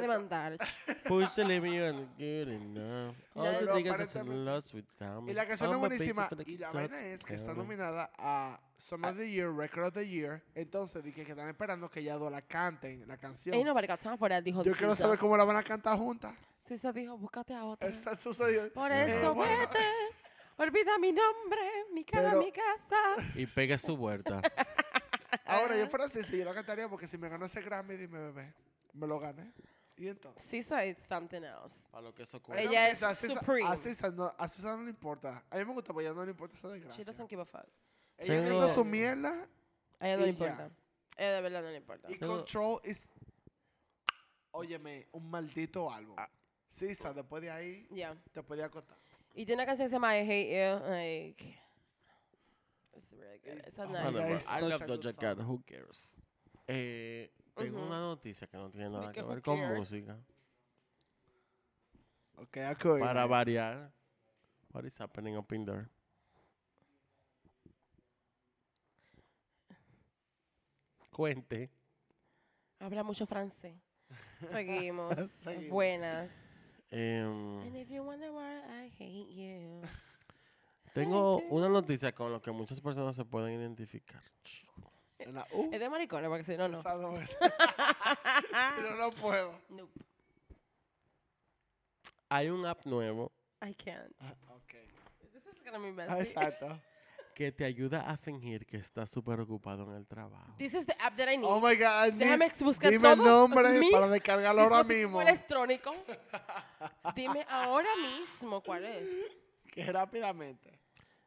demandar.
Push the limit, you ain't good enough. All
Ya,
the
pero
niggas is
aparentemente-
in lust without me.
Y la canción es
I'm a basic
buenísima.
for the
Y la
kids,
vaina es que está
darling.
nominada a Song of the Year, Record of the Year. Entonces, dije que están esperando que ya dos la canten, la
Ain't
canción.
nobody got time for that, dijo
Yo quiero
Sisa.
saber cómo la van a cantar juntas.
Sisa dijo, búscate a otra.
Está sucediendo.
Por
Eh,
eso
bueno.
vete. Olvida mi nombre, mi cara,
Pero-
mi casa.
Y pega su huerta.
Ahora, yo fuera Sisa, yo la cantaría porque si me ganó ese Grammy, dime, bebé, me lo gané. Y entonces...
Sisa is something else.
Para lo que eso cuesta.
Pero
Ella
Sisa,
es
Sisa-
supreme.
A Sisa, no, a Sisa no le importa. A mí me gusta, porque a ella no le importa esa
She
desgracia.
doesn't give a fuck.
Ella
Tengo-
canta su mierda
A ella no le
Y ya.
importa. A ella de verdad no le importa.
Y
Tengo-
Control es. Óyeme, un maldito álbum. Sisa, después de ahí,
Yeah.
te podía acostar.
Y tiene una canción que se llama I Hate You. Like, it's really good. It's a
oh,
nice
ella
Whatever.
es
I
such
love
a good
Doja Cat. Who cares? Eh, tengo
Ujú.
una noticia que no tiene nada
que
que
who
ver con
cares.
música.
Ok, acuerdo.
Para variar. What is happening up in there? Cuente.
Habla mucho francés. Seguimos.
Seguimos.
Buenas.
Em,
And if you wonder why I hate you.
tengo
Ay, qué-
una noticia con la que muchas personas se pueden identificar.
En la U.
Es de maricones, porque si no, no.
esa no es. Si no, no puedo.
Nope.
Hay un app nuevo
I can't.
Ok.
This is gonna be
Ah,
messy.
Exacto.
que te ayuda a fingir que estás súper ocupado en el trabajo.
This is the app that I need.
Oh my God. I need-
Déjame ex- buscar
Dime el
todos
nombre
mis
para descargarlo ahora
Dispositivo
mismo.
electrónico. Dime ahora mismo cuál es.
Que rápidamente.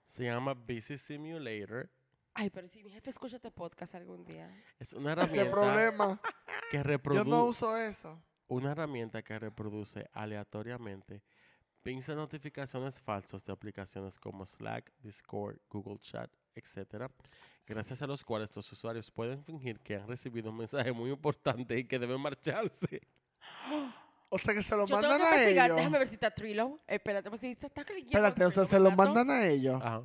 Se llama Busy Simulator.
Ay, pero si mi jefe escucha este podcast algún día.
Es una
Ese
herramienta
problema.
que
Yo no
reproduce
uso eso.
una herramienta que reproduce aleatoriamente pinza notificaciones falsas de aplicaciones como Slack, Discord, Google Chat, etc. Gracias a los cuales los usuarios pueden fingir que han recibido un mensaje muy importante y que deben marcharse.
O sea que se lo
Yo tengo
mandan
que
a
investigar. Déjame
ellos.
ver si está Trello. Espérate, pues si está está cliqueando
Espérate, o sea,
Trello,
se lo
¿verdad?
mandan a ellos.
Ajá.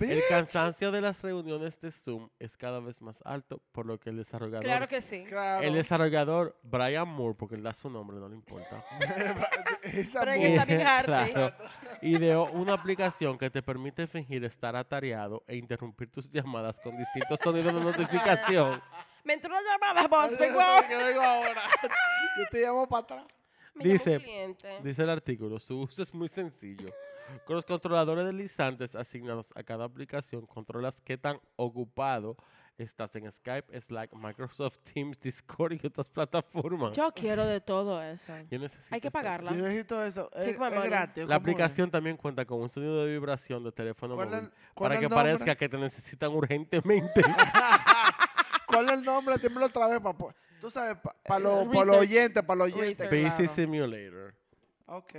El
Bitch.
cansancio de las reuniones de Zoom es cada vez más alto, por lo que el desarrollador,
Claro que sí.
Claro.
el desarrollador Brian Moore, porque él da su nombre, no le importa.
Esa
Pero en
mujer.
esta bien harta.
Claro. Ideó una aplicación que te permite fingir estar atareado e interrumpir tus llamadas con distintos sonidos de notificación
me entró una llamada, pues, boss,
Yo
weón.
te digo ahora. Yo te llamo para atrás.
Me llamó
Dice-
un cliente.
Dice el artículo, su uso es muy sencillo. Con los controladores deslizantes asignados a cada aplicación, controlas qué tan ocupado estás en Skype, Slack, Microsoft Teams, Discord y otras plataformas.
Yo quiero de todo eso.
Yo necesito
Hay que
esta-
pagarla.
Yo necesito eso. Es,
Take my
es
money.
gratis.
La aplicación también cuenta con un sonido de vibración de teléfono
¿Cuál es el-
móvil
cuál
para
es
que
el nombre?
parezca que te necesitan urgentemente.
¿Cuál es el nombre? Dímelo otra vez. Pa, po- tú sabes, para los
Research.
oyentes, para los oyentes.
Research.
PC
Claro.
Simulator.
Ok.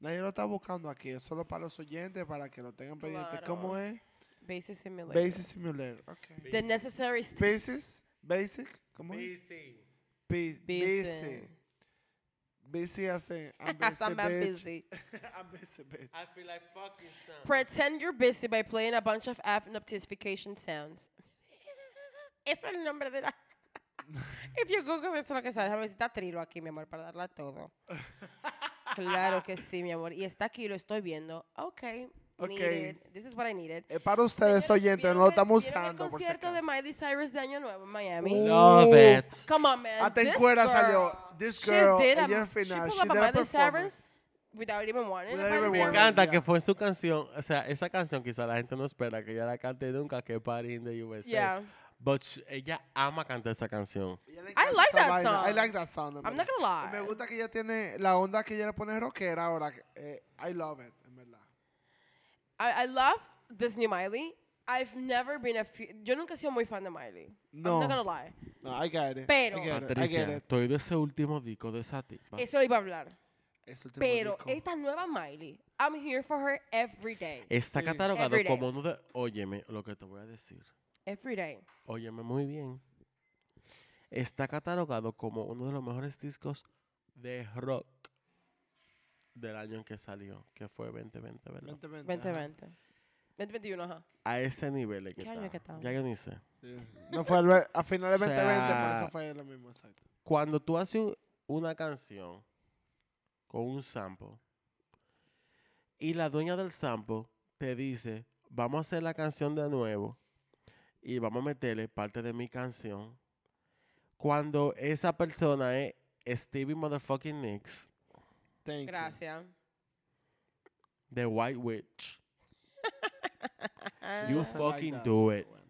Nadie lo está buscando aquí. Es solo para los oyentes, para que lo tengan pendiente.
Claro.
¿Cómo es?
Basic simulator.
Basic Simulator. Ok.
The necessary steps.
Basic. Basic. ¿Cómo es? Basic. Basic. Busy as in I'm busy,
I'm
bitch.
busy.
I'm busy, bitch.
Pretend you're busy by playing a bunch of app notification sounds. es el nombre de la. If you Google, eso es lo que sale. Déjame ver si está Trilo aquí, mi amor, para darla todo. claro que sí, mi amor. Y está aquí, lo estoy viendo. Ok.
Ok.
Needed. This is what I needed.
Es para ustedes
Señores,
oyentes, no
¿vieron
lo
el-
estamos
vieron
usando
el
por si
concierto de
acaso.
Miley Cyrus de Año Nuevo en Miami.
Uh,
Love it.
Come on, man.
Hasta en
This
cuera
girl.
salió. This girl,
She did a,
ella al
she
final,
pulled
she
up a
did a
Miley
performance.
Cyrus without even warning.
Without
Miley
even
Cyrus.
Me
warning.
encanta
Ya.
que fue su canción, o sea, esa canción quizá la gente no espera que ella la cante nunca, que Party in the USA.
Yeah.
But sh- ella ama cantar esa canción.
Ella le encanta
like
esa
that
vaina. I
song.
like that song. en
I'm
verdad.
not gonna
Y Me
lie.
gusta que ella tiene la onda que ella le pone rockera ahora. que- eh, I love it, en verdad.
I, I love this new Miley. I've never been a fe- yo nunca he sido muy fan de Miley.
No.
I'm not gonna lie.
No, I get it.
Pero-
I get it, I get
Patricia,
it.
estoy de ese último disco de esa tipa.
Eso iba a hablar.
Es último
Pero
disco.
esta nueva Miley, I'm here for her every day.
Está
Sí.
catalogado
Everyday.
como uno de... Óyeme lo que te voy a decir.
Every day.
Óyeme muy bien. Está catalogado como uno de los mejores discos de rock del año en que salió, que fue 2020, ¿verdad?
Vente, vente,
2020. 2021, ajá.
A ese nivel es que
¿Qué año
está.
que estamos?
Ya yo ni sé.
ajá. Sí. No fue al ve- a finales
O
de 2020, por
sea,
eso fue lo mismo. Exacto.
cuando tú haces un- una canción con un sample y la dueña del sample te dice, vamos a hacer la canción de nuevo y vamos a meterle parte de mi canción, cuando esa persona es Stevie motherfucking Nicks
Thank you.
Gracias.
de White Witch,
Sí,
You
something
fucking
that.
do it.
Bueno.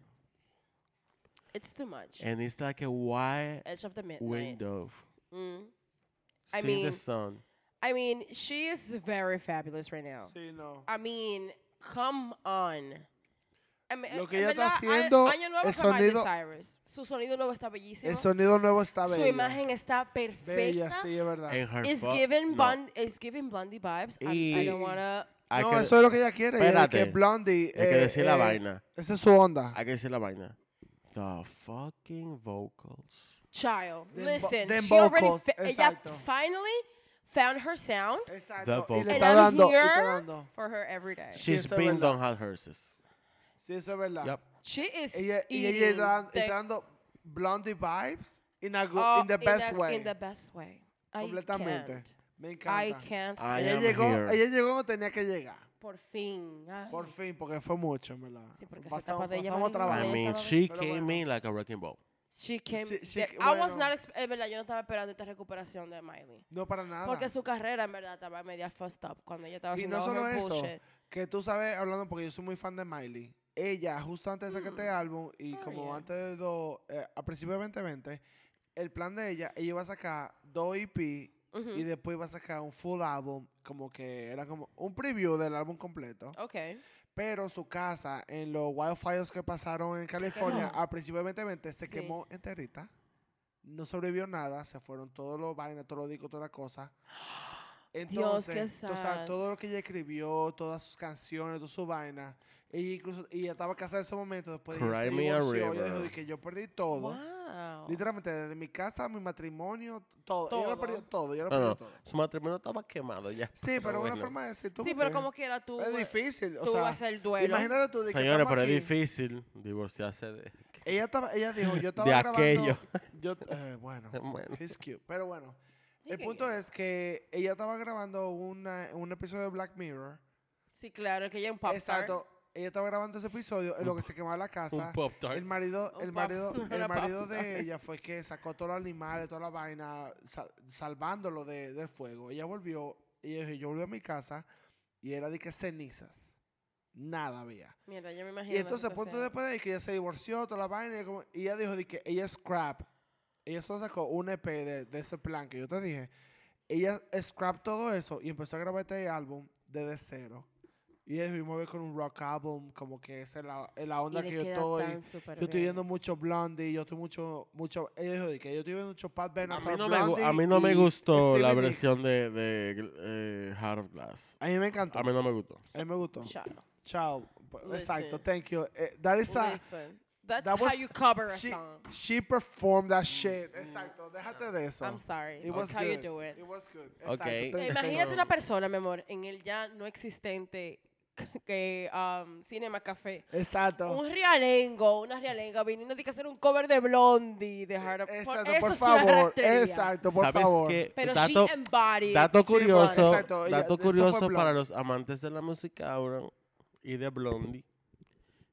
It's too much.
Eh.
and it's like a white
Edge of the midnight.
window.
Mm. Eh, I
See the
mean-
sun.
I mean, she is very fabulous right now.
Sí, no.
I mean, come on. I mean,
Lo que
en
ella está
verdad, a-
haciendo,
año nuevo
el
fue Miley
sonido-
Cyrus. Su sonido nuevo está bellísimo.
El sonido nuevo está
Su
bello.
imagen está perfecta.
Bella, sí, es verdad.
And her
It's
fu-
giving,
no.
Bond, it's giving Blondie vibes. I'm- I
Y-
don't wanna...
Hay
no,
que-
eso es lo que ella quiere. ella de que
Espérate.
Blondie.
hay que
eh,
decir la
eh,
vaina.
Esa es su onda.
Hay que decir la vaina. The fucking vocals.
Child,
Them vo-
listen.
them
she already...
vocals,
fa- ella
exacto.
finally found her sound.
Exacto.
The
Y le
vocal.
está
And I'm
dando. y está
here.
dando.
For her every day.
Sí,
She's
Eh, eso es
been
verdad. Ah,
done had herses.
Sí, eso es verdad.
Yep.
She is
Ella, y ella
eating
está,
the-
está dando Blondie vibes in, a good,
oh,
in the best
a-
way.
In the best way. I
completamente.
can't.
Me
I
encanta.
can't.
I
Ella
am
llegó,
here.
ella llegó cuando tenía que llegar.
Por fin. Ay.
Por fin, porque fue mucho, en ¿verdad?
Sí, porque esa
pasamos,
etapa de ella va a
pasamos
llegar.
I
trabajo.
Vale,
mean,
estaba
she
Pero
came
bueno.
in like a wrecking ball.
She came.
Sí, sí,
the-
que-
I was
bueno.
not. ex- En verdad, yo no estaba esperando esta recuperación de Miley.
No para nada.
Porque su carrera, en verdad, estaba media fucked up cuando ella estaba
Ah, Y
haciendo
no
all
solo
her
eso,
bullshit.
que tú sabes, hablando porque yo soy muy fan de Miley, ella justo antes de sacar este álbum y
Oh,
como
yeah.
antes de dos, eh, a principios de 2020, el plan de ella, ella iba a sacar dos EP
Ujú.
y después iba a sacar un full álbum, como que era como un preview del álbum completo.
Ok.
Pero su casa, en los wildfires que pasaron en California a principios de 2020, se
Sí.
quemó enterita. No sobrevivió nada, se fueron todos los vainas, todos los discos, toda la cosa.
Dios, qué
Entonces, o sea,
sad.
todo lo que ella escribió, todas sus canciones, todas sus vainas, ella incluso, y ella estaba casada en ese momento, después de
Cry me a
ella dijo
river.
de que yo perdí todo.
Wow.
Literalmente, desde mi casa, mi matrimonio, todo. Ella lo
Todo.
perdió todo, ella lo
No,
perdió
no,
todo.
su matrimonio estaba quemado ya.
Sí, pero una
bueno.
forma de decir, tú
Sí,
porque
pero como quiera tú.
es difícil, o
tú
sea,
vas al duelo.
imagínate tú de que
Señores,
estamos
pero es
aquí.
difícil divorciarse de,
Ella, estaba, ella dijo, yo estaba
de
grabando...
aquello.
Yo, eh, bueno,
Bueno.
he's cute. Pero bueno, el
Sí,
punto es que ella estaba grabando una, un episodio de Black Mirror.
Sí, claro, que ella es un pop star.
Exacto. ella estaba grabando ese episodio en lo que se quemaba la casa.
Un pop tart.
El marido,
Un
el marido,
paps-
el
una
marido
papsa.
de ella fue que sacó todos los animales, toda la vaina, sal- salvándolo de, del fuego. Ella volvió, y ella dijo, yo volví a mi casa y era de que cenizas. Nada había.
Mierda, yo me imagino.
Y
la
entonces, punto
situación.
después de ahí, que ella se divorció, toda la vaina, y, ella como- y ella dijo de que ella es crap. Ella solo sacó un EP de, de ese plan que yo te dije. Ella scrap todo eso y empezó a grabar este álbum desde cero. Y ella mismo ve con un rock album, como que esa es la, es la
Y
onda
le
que yo
queda
estoy.
tan súper
Yo estoy
bien.
viendo mucho Blondie, yo estoy mucho, mucho, ella dijo de que yo estoy viendo mucho Pat
A
Benatar,
mí no me, gu- a
Blondie
mí no me
y
gustó la
Stevie Nicks.
versión de, de eh, Heart of Glass.
A mí me encantó,
A mí no me gustó.
a mí me gustó.
Chao.
Chao, exacto,
Listen.
thank you. Eh, that is a-
Listen, that's
that
how
was-
you cover a
she,
song.
she performed that shit. Exacto, déjate de eso.
I'm sorry.
It was
that's how you
good.
do it.
It was good.
Ok.
Exacto,
Eh,
thank
Imagínate
you.
una persona, mi amor, en el ya no existente que, um, Cinema Café.
Exacto.
Un realengo, una realenga viniendo de que hacer un cover de Blondie, de Hard Up.
Eh, Exacto,
eso
por
es una
favor.
rastrería.
Exacto, por
¿Sabes
favor.
qué?
Pero
dato,
she embodied.
dato
Sí, bueno,
curioso,
exacto, ella-
dato
eso fue
curioso para
Blondie.
los amantes de la música ahora y de Blondie.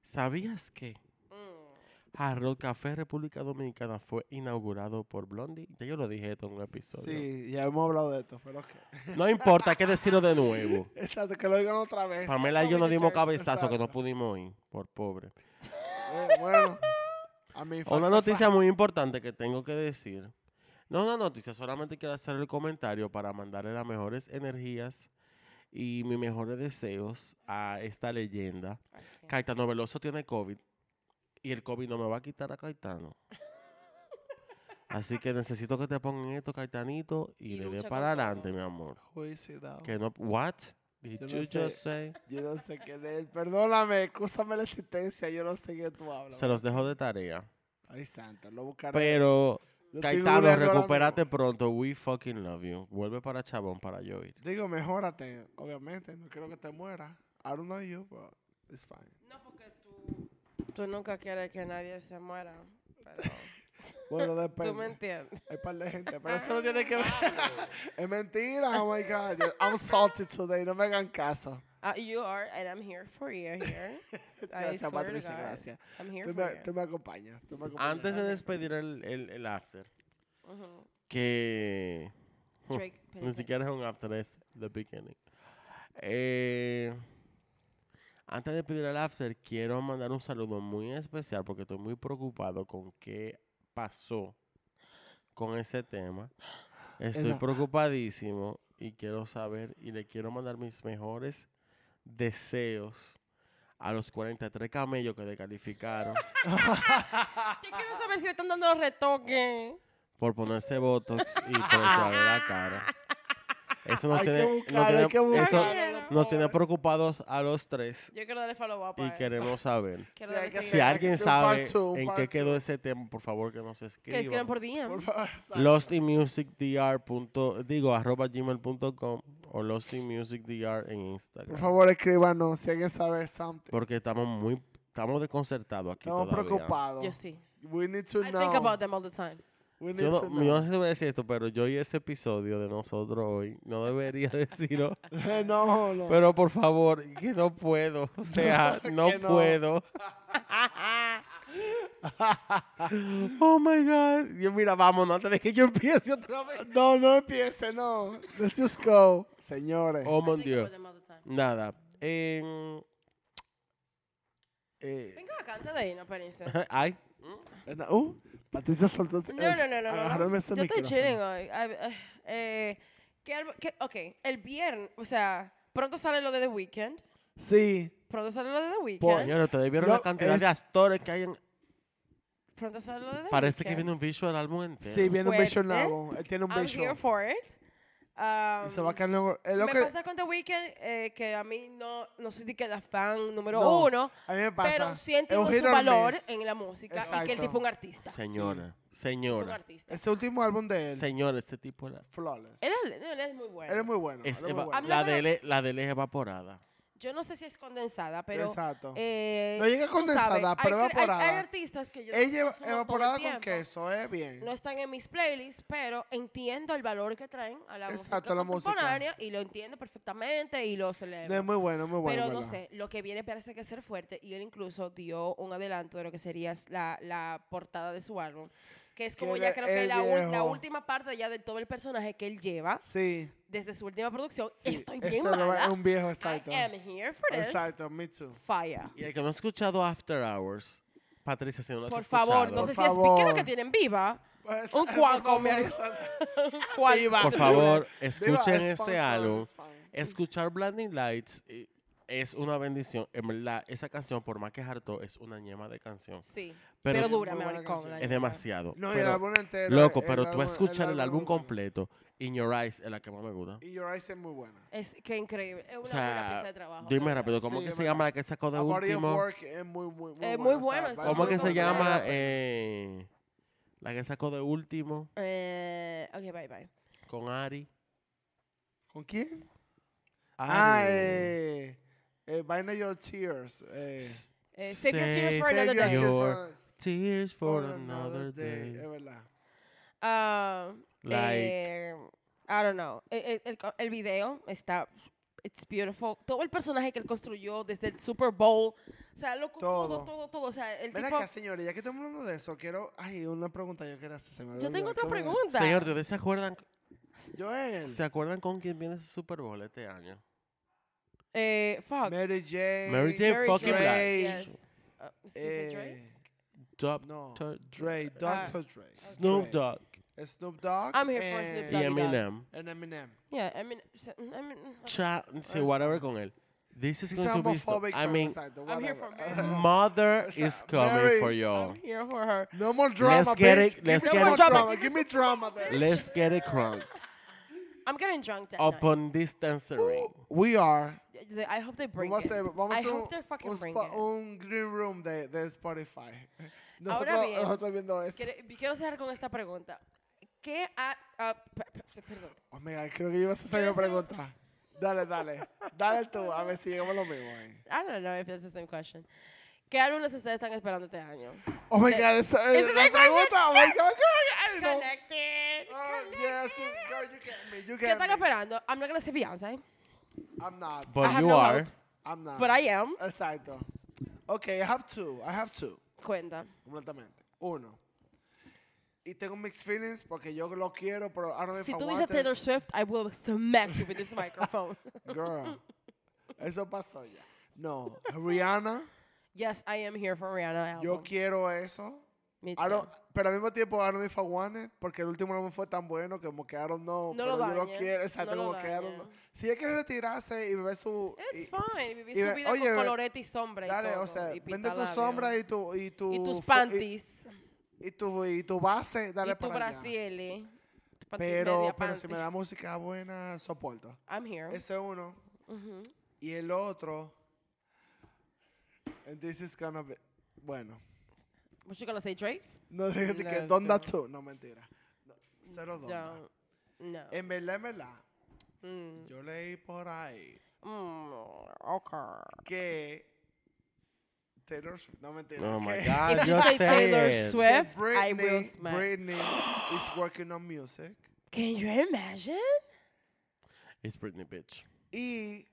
¿Sabías que
Mm.
Hard Rock Café República Dominicana fue inaugurado por Blondie? Ya yo lo dije esto en un episodio.
Sí, ya hemos hablado de esto, pero ok.
No importa, hay que decirlo de nuevo.
Exacto, que lo digan otra vez.
Pamela y
Eso
yo
we
nos dimos
deserve.
cabezazo que no
Exacto.
pudimos ir, por pobre.
Eh, bueno. A mí facts
Una
are
noticia
facts.
muy importante que tengo que decir. No una noticia, solamente quiero hacer el comentario para mandarle las mejores energías y mis mejores deseos a esta leyenda.
Ok.
Caetano Veloso tiene COVID y el COVID no me va a quitar a Caetano. Así que necesito que te pongan esto, Caetanito, y,
Y
le dé
lucha
para
con todo.
adelante, mi amor.
Juicidado.
Que no, what? Did
Yo no
you
sé.
just say?
Yo no sé qué leer. Perdóname, excúsame la existencia. Yo no sé qué tú hablas.
Se los dejo de tarea.
Ay, santa, lo buscaré.
Pero,
Lo estoy
Caetano,
googleando ahora
recupérate
mismo.
pronto. We fucking love you. Vuelve para Chabón para yo ir.
Digo, mejórate, obviamente. No quiero que te mueras. I don't know you, but it's fine.
No, porque tú, tú nunca quieres que nadie se muera. Pero
Bueno,
tú me
depende.
entiendes.
Hay par de gente, pero eso no tiene que ver. es mentira, oh my God. I'm salty today, no me hagan caso.
Uh, you are, and I'm here for you here. I
Gracias,
swear to
Patricia,
God,
gracias.
I'm here
Tú
for
me,
you.
tú me acompañas, tú me acompañas.
Antes de despedir el, el- el after,
Ujú.
que
Drake,
ni
espérate.
siquiera es un after, es the beginning. Eh, antes de pedir el after, quiero mandar un saludo muy especial porque estoy muy preocupado con qué pasó con ese tema. Estoy
la-
preocupadísimo y quiero saber y le quiero mandar mis mejores deseos a los 43 camellos que descalificaron
Yo quiero saber si le están dando los retoques.
por ponerse botox y por ensuciarle la cara. Eso nos
Hay
tiene,
que
nos
buscar, hay
tiene-
que
eso
buscar.
nos
Oh.
tiene preocupados a los tres
Yo quiero darle follow up a
y
eso.
queremos saber.
Quiero
Sí, hay
darle
que
seguimiento.
Si
hay
alguien
que hacer un part
sabe
two, un
en
part
qué quedó
two.
ese tema, por favor que nos
Que escriban
escriban.
por DM.
Por favor, exacto.
lostinmusicdr. digo arroba gmail.com o lostinmusicdr en Instagram.
Por favor, escríbanos si alguien sabe something.
Porque estamos muy estamos desconcertados aquí
Estamos
todavía.
preocupados.
Yo sí.
We need to
I
know.
think about them all the time.
We need
Yo no,
to
yo
know.
no sé si voy a decir esto, pero yo y ese episodio de nosotros hoy no debería decirlo.
no, no.
Pero por favor, que no puedo. O sea, no,
que no.
puedo. oh my God. Yo, mira, vámonos antes de que yo empiece otra vez.
no, no empiece, no. Let's just go. Señores.
Oh
I
mon
think
Dieu.
about them all the time.
Nada. En- eh,
Venga acá antes de irnos, Parince.
ay,
Uh, Patricia soltó.
No, no, no, no, no.
Agarrarme
no.
ese
Yo estoy
micrófono.
chilling hoy. Ay, ay, eh, ¿qué álbum- qué- ok, el viernes, o sea, pronto sale lo de The Weeknd.
Sí.
Pronto sale lo de The Weeknd.
señores, ustedes vieron la
Lo-
cantidad
es-
de actores que hay en.
Pronto sale lo de The
Parece que
Weeknd.
viene un visual álbum entero.
Sí, viene un vision
fuerte.
album. Él tiene un
I'm here
vision.
for it. Um,
Y se va a caer luego. Es lo
me
que
pasa con The Weeknd eh, que a mí no, no soy de que la fan número
No,
uno,
a mí me pasa.
pero sí
Es
entiendo
un
su
hit or
valor
miss.
en la música y que el
Exacto.
tipo es un artista.
Señora,
Un
señora,
artista.
Ese último álbum de él,
señora, este tipo. era-
Flawless.
Él, es- no, él es muy bueno.
Él es muy
es
bueno. él es muy
eva-
bueno.
la,
Hablando-
de él, es- la de él es evaporada.
Yo no sé si es condensada, pero.
Exacto.
eh,
No llega
tú sabes,
condensada,
hay
pero
cre- hay- Hay,
evaporada.
artistas que yo no
Ella
consumo todo el
evaporada con
tiempo.
queso, ¿eh? Bien.
No están en mis playlists, pero entiendo el valor que traen a la
Exacto,
música
la música.
contemporánea y lo entiendo perfectamente y lo celebro.
No, es muy bueno, muy bueno.
Pero
en
no
verdad.
sé, lo que viene parece que es ser fuerte y él incluso dio un adelanto de lo que sería la, la portada de su álbum, que es
Que
como
el-
ya creo que
el
la, ul- la
viejo.
última parte ya de todo el personaje que él lleva
Sí.
desde su última producción.
sí,
Estoy bien
ese lo-
mala.
Un viejo, exacto.
I am here for this.
Exacto, me too.
Fire.
Y el que no ha escuchado After Hours, Patricia, si no lo has
Por favor,
escuchado,
no sé
Por
si es piquero
favor.
que tienen viva.
Pues,
Un
por
cuaco,
favor,
mi hermano.
exacto.
¿Cuál?
Viva.
Por favor,
Viva,
escuchen ese
sponsor,
álbum. Eh,
it's fine.
Escuchar Blinding Lights eh, es una bendición. En verdad, esa canción, por más que es harto, es una ñema de canción.
Sí.
Pero-
Pero, dura,
Muy
me
buena
maricón.
canción.
la
Es
ñapa.
demasiado.
No, y el
pero-
álbum entero.
loco,
el
pero tú
álbum-
vas a escuchar el álbum
muy bueno.
completo. In Your Eyes es la que más me gusta.
Y Your Eyes es muy buena.
Es que increíble. Es una
O
buena pieza
sea,
de trabajo.
dime
la
rápido,
verdad.
¿cómo
Sí,
que
es
se
verdad.
llama la que él sacó de
A Body of
último?
Work es muy, muy, muy
Es muy
buena, o sea,
bueno,
vale
está
¿Cómo
mucho
que
muy
se
la pena.
llama eh, la que él sacó de último
Eh, ok, bye, bye.
con Ari?
¿Con quién? Ah,
Ari.
eh, eh, Bind Your Tears. Eh,
S-
Eh, save your tears for
Save
another
Your
day.
Tears
Your
for-
Tears for
for
another
Es
day.
verdad.
Ah,
Like,
eh, I don't know. El, el- el co- el video está. It's beautiful. Todo el personaje que él construyó desde el Super Bowl. O sea, loco, todo,
Todo.
todo, todo. O sea, el
Ven
tipo.
acá, señores, ya que estamos hablando de eso, quiero. Ay, una pregunta yo quería hacer. se me
Yo
olvidó,
tengo otra
¿cómo era?
pregunta.
señor, ¿ustedes se acuerdan,
Joel.
se acuerdan con quién viene ese Super Bowl este año?
Eh, fuck.
Mary J.
Mary J.
Mary
fucking
J.
Black.
Drake.
Yes. Uh, excuse me, Drake.
eh,
Top
no.
Dr.
Dre.
Ah.
Dr. Dre.
Snoop
Dre.
Dogg
Snoop Dogg.
I'm here for
and-
Snoop
y
Doggy Dogg.
Eminem.
And Eminem.
Yeah, I mean, s- I mean, mm,
Cha, sí,
Eso.
whatever con él. This is
He's
going to be so,
homophobic.
I
pero
mean,
exacto,
I'm here
whatever.
for Mary.
mother
sea,
is coming
Mary,
for
I'm
you.
here for her.
No more drama,
Let's get
bitch.
it- let's
Give me
get
more
it-
drama.
Drama,
Give me drama there.
Let's get it crunk
I'm getting drunk that night.
upon this dancer ring.
We are.
They- I hope they bring
Vamos a
it.
hacer, vamos a
I
hacer
hope
un,
they fucking
un,
bring
spa-
it.
un green room de, de Spotify.
Ahora
Nosotros,
bien,
nosotros viendo eso.
Quiere- Quiero cerrar con esta pregunta. ¿Qué ha... ah, per- per- perdón.
Oh, mira, creo que ibas a hacer
Quiero
una
hacer-
pregunta. Dale, dale. Dale tú, a ver si llegamos a lo mismo. ahí.
I don't know if it's the same question. ¿Qué álbumes ustedes están esperando este año?
Oh my
Eh,
god, esa es
¿es
la
esa
pregunta. Oh my god, girl, I don't know.
Connected.
Oh, yes, you, girl, you get me. You
¿Qué
get
están
me.
esperando? I'm not gonna say Beyonce.
I'm not.
I
But
have
you
no
are.
hopes.
I'm not.
But I am.
Exacto. Okay, I have two. I have two.
Cuenta.
Completamente. Uno. Y tengo mixed feelings porque yo lo quiero, pero I don't know
Si
if I
tú
want
dices
it.
Taylor Swift, I will smack you with this microphone.
Girl. Eso pasó ya. No. Rihanna.
yes, I am here for Rihanna
Yo
album.
quiero eso.
Me
I
too.
don't- pero al mismo tiempo, I don't know if I want it, porque el último álbum fue tan bueno que como que I don't know,
No
pero
lo
yo lo
dañen,
quiero, exacto,
no lo
como que I don't
dañen.
know. Si ella quiere retirarse y beber su... y-
It's fine. Viví
y ve-
su vida
oye, ve-
con colorete y sombra y
dale,
todo.
o sea,
y
vende tu
pintalabios.
sombra y tu... Y, tu
Y
fo-
tus panties.
Y, tu, y tu base, dale
y tu
para allá.
brasiele. tu panty
Pero,
media
pero si
panty.
me da música buena, soporto.
I'm here.
Ese es uno.
Ujú.
Y el otro... And this is gonna be... Bueno.
What you gonna say, Drake?
No, fíjate que...
No,
Donda
no.
2. No, mentira. No, cero Donda.
Don't. No.
En verdad, en verdad,
Mm.
yo leí por ahí
Mm, okay.
que Taylor Swift, no mentira,
Oh my
que-
God,
If you
just
say Taylor
saying.
que
Swift, I will
Britney,
smack.
Britney is working on music
Can you imagine?
It's Britney, bitch.
y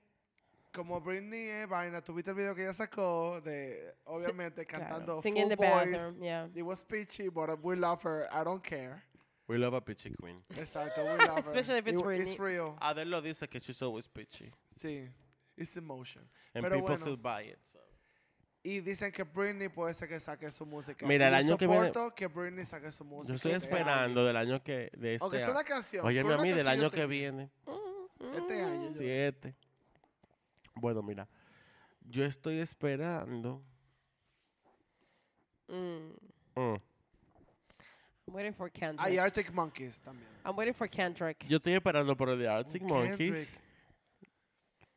como Britney es vaina, tuviste el video que ella sacó de, obviamente, cantando
Claro. Sing in the
full voice.
bathroom. Yeah.
It was peachy, but we love her. I don't care.
We love a pitchy queen.
Exacto, we love her.
Especially if it's
It-
Britney.
It's real.
Adele lo dice que she's always pitchy.
Sí, it's emotion.
And
Pero
people
bueno.
still buy it. so.
Y dicen que Britney puede ser que saque su música.
Mira, el
Y
año que viene-
soporto que Britney saque su música.
Yo estoy
este año.
esperando del año que... De este
Aunque sea
año.
una canción.
Óyeme
con
a
una
mí, del
canción yo
año que
tengo.
viene.
Este año. yo-
Siete. Bueno, mira. Yo estoy esperando...
Mm.
Mm.
I'm waiting for
Ah, y
Kendrick.
Arctic Monkeys también.
I'm waiting for Kendrick.
Yo estoy esperando por el de Arctic Monkeys.
Kendrick.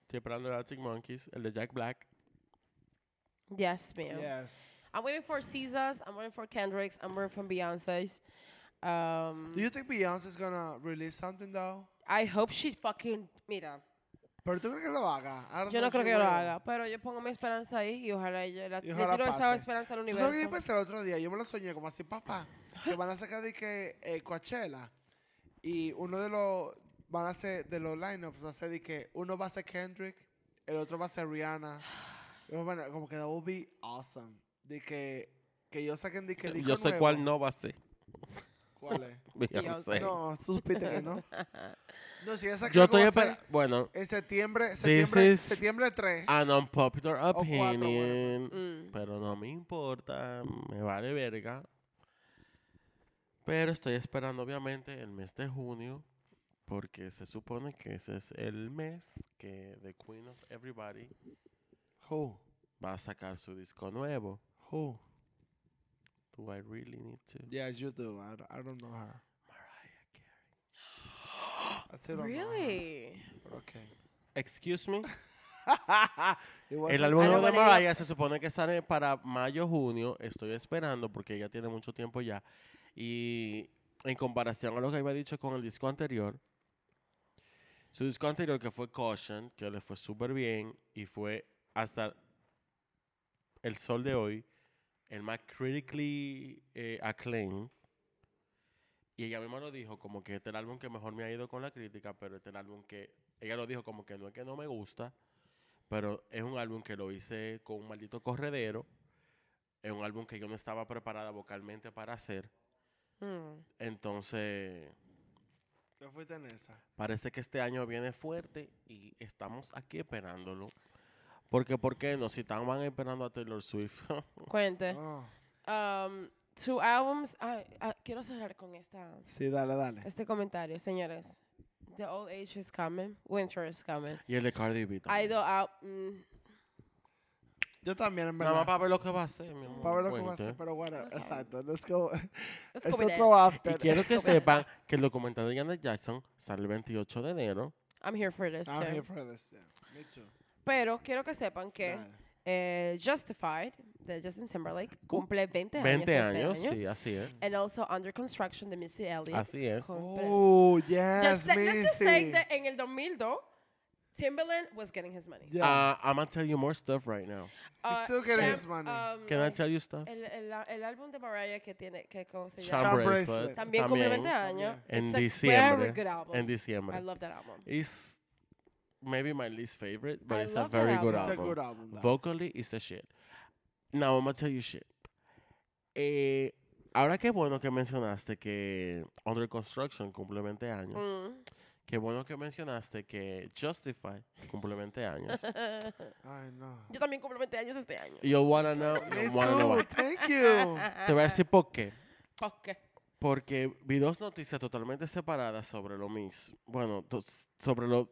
Estoy esperando el de Arctic Monkeys, el de Jack Black.
Yes, ma'am.
Yes.
I'm waiting for Caesars. I'm waiting for Kendrick's. I'm waiting for Beyonce's. Um,
Do you think Beyonce is gonna release something though?
I hope she fucking mira.
Pero tú crees que lo haga. Ahora
Yo no creo
sé,
que lo
bueno.
haga, pero yo pongo mi esperanza ahí y ojalá ella la,
Y
le
ojalá
tiro esa
pase.
esperanza al
¿Tú sabes que yo
universo.
pensé el otro día? Yo me lo soñé como así, papá, que van a sacar de que eh, Coachella y uno de los, van a hacer, de los lineups va a ser de que uno va a ser Kendrick, el otro va a ser Rihanna. Y yo, bueno, como que that would be awesome. De que, que yo saquen de que disco
Yo sé
nuevo.
cuál no va a ser.
¿Cuál es?
Beyoncé.
No, supiste que no. No, si esa
Yo estoy
en
esperando. Bueno,
En septiembre, septiembre,
is-
septiembre 3.
an unpopular
cuatro, bueno.
opinion.
Mm.
Pero no me importa. Me vale verga. Pero estoy esperando, obviamente, el mes de junio. Porque se supone que ese es el mes que The Queen of Everybody
Who?
va a sacar su disco nuevo.
Who?
Do I really need to?
Yeah, you do. I, don't- I don't know her.
Mariah Carey.
I still don't know her,
Really?
but okay.
Excuse me.
It was
El
a
I
álbum nuevo
don't
de
wanna hear-
Mariah se supone que sale para mayo, junio. Estoy esperando porque ella tiene mucho tiempo ya. Y en comparación a lo que había dicho con el disco anterior, su disco anterior que fue Caution, que le fue súper bien y fue hasta el sol de hoy el más critically eh, acclaimed. Y ella misma lo dijo, como que este es el álbum que mejor me ha ido con la crítica, pero este es el álbum que... Ella lo dijo como que no es que no me gusta, pero es un álbum que lo hice con un maldito corredero. Es un álbum que yo no estaba preparada vocalmente para hacer.
Mm.
Entonces,
¿Qué fuiste en esa?
parece que este año viene fuerte y estamos aquí esperándolo. Porque, ¿por qué no? Si estaban esperando a Taylor Swift.
Cuente.
Oh.
Um, two albums. Ay, ah, quiero cerrar con esta,
Sí, dale, dale.
este comentario, señores. The old age is coming. Winter is coming.
y el de Cardi B también.
Idol out. mm,
Yo también, en
Nada más
verdad.
para ver lo que va a hacer, mi amor.
Para ver lo que va a
Cuente.
hacer, pero bueno,
Ok.
exacto. Let's go.
let's
es
go with
otro
it.
after.
Y quiero que sepan que el documental de Janet Jackson sale el 28 de enero.
I'm here for this.
I'm
yeah.
here for this. yeah. Me too.
Pero quiero que sepan que
Dale.
eh, Justified de Justin Timberlake cumple 20,
20
años.
años,
este año.
sí, así es.
And also Under Construction de Missy Elliott.
Así es.
cumple-
Oh, yes,
Just let- let's just say
Missy.
that en el 2002 Timberland was getting his money.
Yeah.
Uh, I'm gonna tell you more stuff right now.
Uh,
still getting
Sham-
his money.
um,
Can I
ay,
tell you stuff?
El, el, el álbum de Mariah que tiene, que ¿cómo se
Charm
llama?
Bracelet.
Bracelet.
También, cumple 20 años.
En
It's a
diciembre.
Very good album.
En
I
diciembre.
love that album.
It's maybe my least favorite, but
I
it's a
love that
very
album.
good
It's a
album.
good album. though.
Vocally, it's the shit. Now, I'm gonna tell you shit. Eh, ahora qué bueno que mencionaste que Under Construction cumple 20 años.
Mm.
Qué bueno que mencionaste que Justify cumple 20 años.
Ay, no.
Yo también cumplo 20 años este año.
Yo wanna know,
Me
you wanna know
too.
why.
Thank you.
Te voy a decir por qué.
Ok.
Porque vi dos noticias totalmente separadas sobre lo mismo. Bueno, dos- sobre lo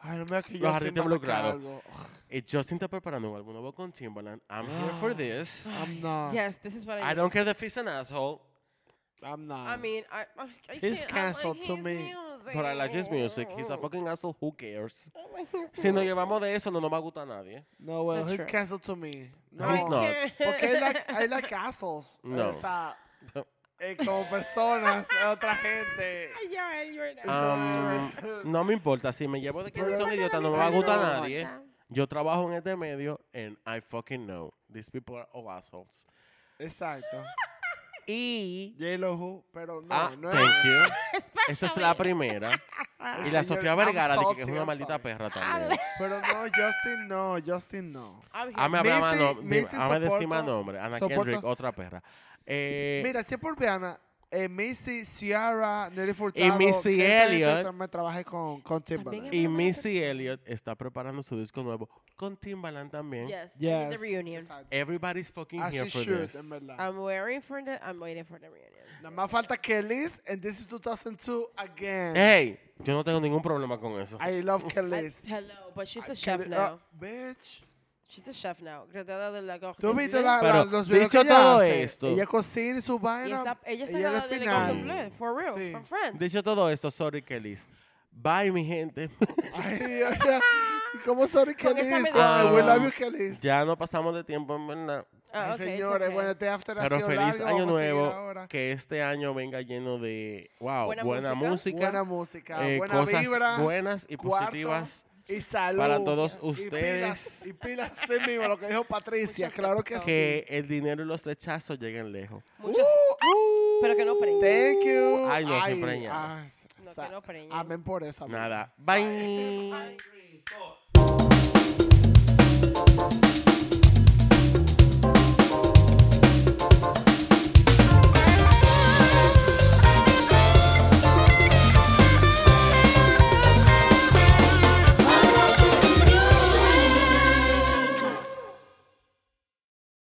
Ay, no me da que yo
Los
sí
artistas
me saqué
involucrados.
algo.
Eh, Justin está preparando un álbum nuevo con Timbaland. I'm here for this.
I'm not.
Yes, this is what I,
I don't care if he's an asshole,
I'm not.
I mean, I, I, I
He's
can't-
canceled
I like
to
his
me.
Music.
but I like his music. He's a fucking asshole. Who cares?
I like his
Si nos
music.
llevamos de eso, no nos va a gustar a nadie.
no, well,
That's
he's
true.
canceled to me. No,
He's not.
Porque hay like, hay like assholes.
No.
O sea, eh, como personas, es otra gente.
Ya, él, you're not-
Um, no me importa. Si me llevo de que
Pero-
son idiotas, no me
Ay,
va a
no
gustar
me
a nadie. ¿eh?
importa.
Yo trabajo en este medio and I fucking know. These people are all assholes.
Exacto.
Y...
J-Lo Who, pero no,
Ah,
no
thank you. Esa es
Especially-
la primera. Y la
Señor,
Sofía
I'm
Vergara, de que es
salty,
una
I'm
maldita
sorry.
perra
Ale-
también.
Pero no, Justin no, Justin no.
I'm here.
Ah, me habla más
Missy-
nom- dime,
Missy
ah, me decir más
soporta-
nombre. Ana
soporta-
Kendrick, otra perra. Eh,
Mira, si es por Viana, eh, Missy, Ciara, Nelly Furtado.
Missy
que esa gente
Elliott.
también trabaje con, con Timbaland.
es-
y Missy Elliott está preparando su disco nuevo con Timbaland también.
Yes, we need
Yes.
the reunion.
Exacto.
Everybody's fucking
As
here
she
for
should,
this.
en verdad.
I'm waiting for the. I'm waiting for the reunion.
Nada más falta que Liz, and this is 2002 again.
Hey, yo no tengo ningún problema con eso.
I love que
I-
Liz.
hello, but she's a chef
Kelly- uh,
now.
bitch.
She's a chef now. Graduada de la Mm-hmm.
¿Tú
Gordon
viste
Bleu.
la,
Pero,
la- los videos
dicho
que ella
todo
hace?
esto-
Ella cocina y su
Y
vaina.
es la- Ella está
ella
graduada
al
de la
final.
Gordon Bleu, for real,
Sí.
from France.
Dicho todo eso, sorry Kelly. Bye, mi gente.
Ay, Dios, ya. ¿Cómo sorry que
Con esta
Liz?
medida-
Ay, we
Ah.
love you, que Liz.
ya no pasamos de tiempo, en verdad.
Ah, okay,
Ay,
it's
señores,
okay.
bueno, este after ha
Pero
sido
feliz
largo,
año
vamos a seguir
nuevo.
ahora.
Que este año venga lleno de, wow,
Buena
buena, música,
música.
Buena música,
eh,
buena
cosas
vibra.
buenas y
cuarto.
positivas.
Y salud.
Para todos
Y pilas,
ustedes
y pilas sí mismo, lo que dijo Patricia,
Muchas
claro que
gracias.
sí.
que el dinero y los rechazos lleguen lejos.
Muchos, pero que no preñen.
Uh, Thank you.
Ay, no, se preña.
ay, ah,
No,
sa-
que no preñen.
Amén por eso. amén.
Nada. Bye.
Three, four.